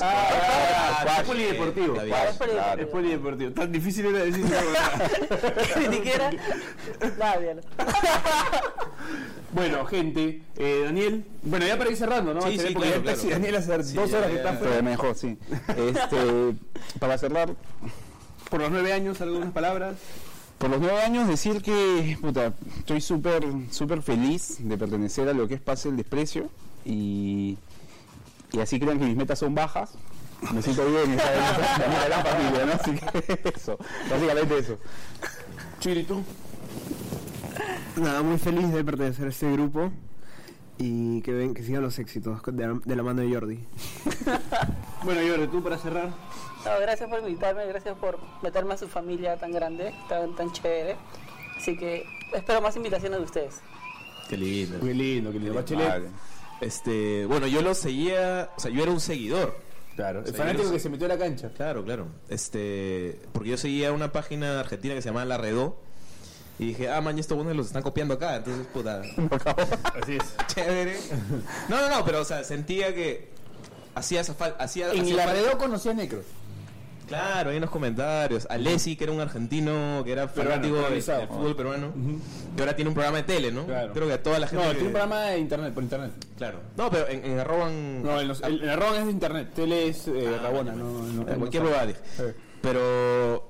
Ah, es polideportivo. está bien. Es polideportivo. Es polideportivo. Tan difícil era decir Ni siquiera. Nada, diablo. Bueno, gente, eh, Daniel. Bueno, ya para ir cerrando, ¿no? Sí, Se ve sí, porque claro, ya está- claro. Daniel hace Sí, dos ya, horas ya, que está ya. fuera. Todavía me dejó, sí. Este, para cerrar, Por los nueve años, algunas palabras. por los nueve años decir que puta, estoy súper súper feliz de pertenecer a lo que es Pase el Desprecio y, y así crean que mis metas son bajas. Me siento bien, está bien, está bien, la gran familia, ¿no? Así que eso, básicamente eso. Chirito. Nada, muy feliz de pertenecer a este grupo y que ven que sigan los éxitos con- de la, de la mano de Jordi. Bueno, Jordi, tú para cerrar. No, gracias por invitarme, gracias por meterme a su familia tan grande, tan, tan chévere. Así que espero más invitaciones de ustedes. Qué lindo. Qué lindo, qué lindo. Bachelet. Este, bueno, yo lo seguía, o sea, yo era un seguidor. Claro, el fanático que se metió a la cancha. Claro, claro. Este, porque yo seguía una página argentina que se llamaba La Redó. Y dije, ah, man, estos buenos los están copiando acá. Entonces, puta. Así es. Chévere. No, no, no, pero, o sea, sentía que hacía esa falta. Hacía, En hacía la falta- Redó conocí a Necro. Claro, ahí en los comentarios. Alessi, que era un argentino, que era Peruano, fanático del, naturalizado. del fútbol peruano, que ahora tiene un programa de tele, ¿no? Creo que a toda la gente. No, que- tiene un programa de internet, por internet. Claro. No, pero en, en arroban. No, en, los- el- en arroban es de internet. Tele es eh, Rabona, no, no- En no cualquier sabe. lugar. dije. Pero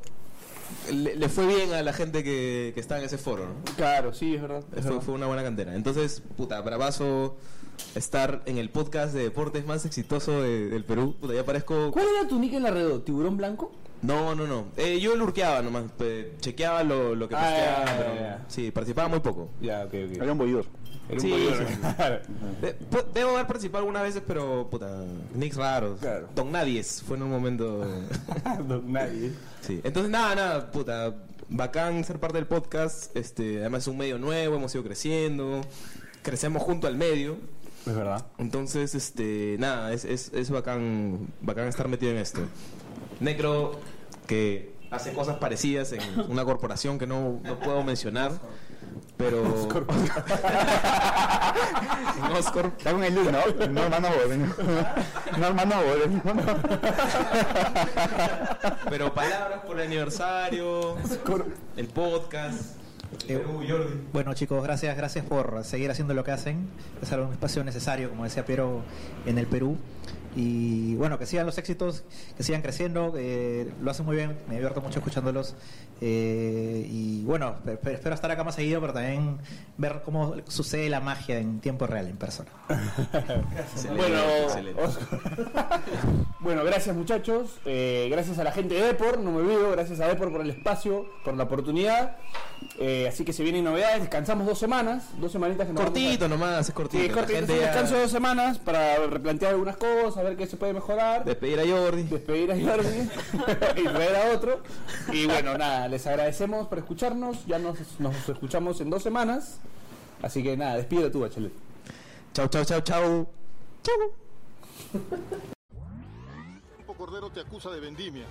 le, le fue bien a la gente que, que estaba en ese foro, ¿no? Claro, sí, es verdad. es Fue, verdad. fue una buena cantera. Entonces, puta, bravazo estar en el podcast de deportes más exitoso de- del Perú. Puta, ya parezco... ¿Cuál era tu nick en la red? ¿Tiburón blanco? No, no, no. Eh, yo lurqueaba nomás. pe- chequeaba lo, lo que Ah, posteaban, ya, ya, pero ya, ya. Sí, participaba muy poco. Ya, ok, ok. Era un boidor. Era un Sí, boidor. sí. De- pu- debo haber participado algunas veces, pero puta, nicks raros. Don Nadies fue en un momento. Don Nadies. Sí. Entonces, nada, nada, puta. Bacán ser parte del podcast. Este, además, es un medio nuevo, hemos ido creciendo. Crecemos junto al medio. Es verdad. Entonces, este, nada, es, es, es bacán, bacán estar metido en esto. Necro, que hace cosas parecidas en una corporación que no, no puedo mencionar, pero... Oscorp. Está con el look, ¿no? No, hermano, Boden. No, hermano, Boden. Pero palabras por el aniversario, el podcast. Perú, Jordi. Bueno chicos, gracias, gracias por seguir haciendo lo que hacen. Es algo- un espacio necesario, como decía Piero, en el Perú. Y bueno, que sigan los éxitos, que sigan creciendo, eh, lo hacen muy bien, me divierto mucho escuchándolos. Eh, y bueno, pe- pe- espero estar acá más seguido, pero también ver cómo sucede la magia en tiempo real, en persona. bueno, Excelente. Oscar. bueno, gracias muchachos. Eh, gracias a la gente de Depor, no me olvido. Gracias a Depor por el espacio, por la oportunidad. Eh, así que se vienen novedades. Descansamos dos semanas. Dos semanitas que nos vamos Cortito a- nomás, es cortito. Sí, es cortito. La gente Entonces, ya- descanso de dos semanas para replantear algunas cosas, ver qué se puede mejorar. Despedir a Jordi. Despedir a Jordi. y traer a otro. Y bueno, nada, les agradecemos por escucharnos. Ya nos, nos escuchamos en dos semanas. Así que nada, despido tú, Bachelet. Chau, chau, chau, chau. Cordero te acusa de vendimia.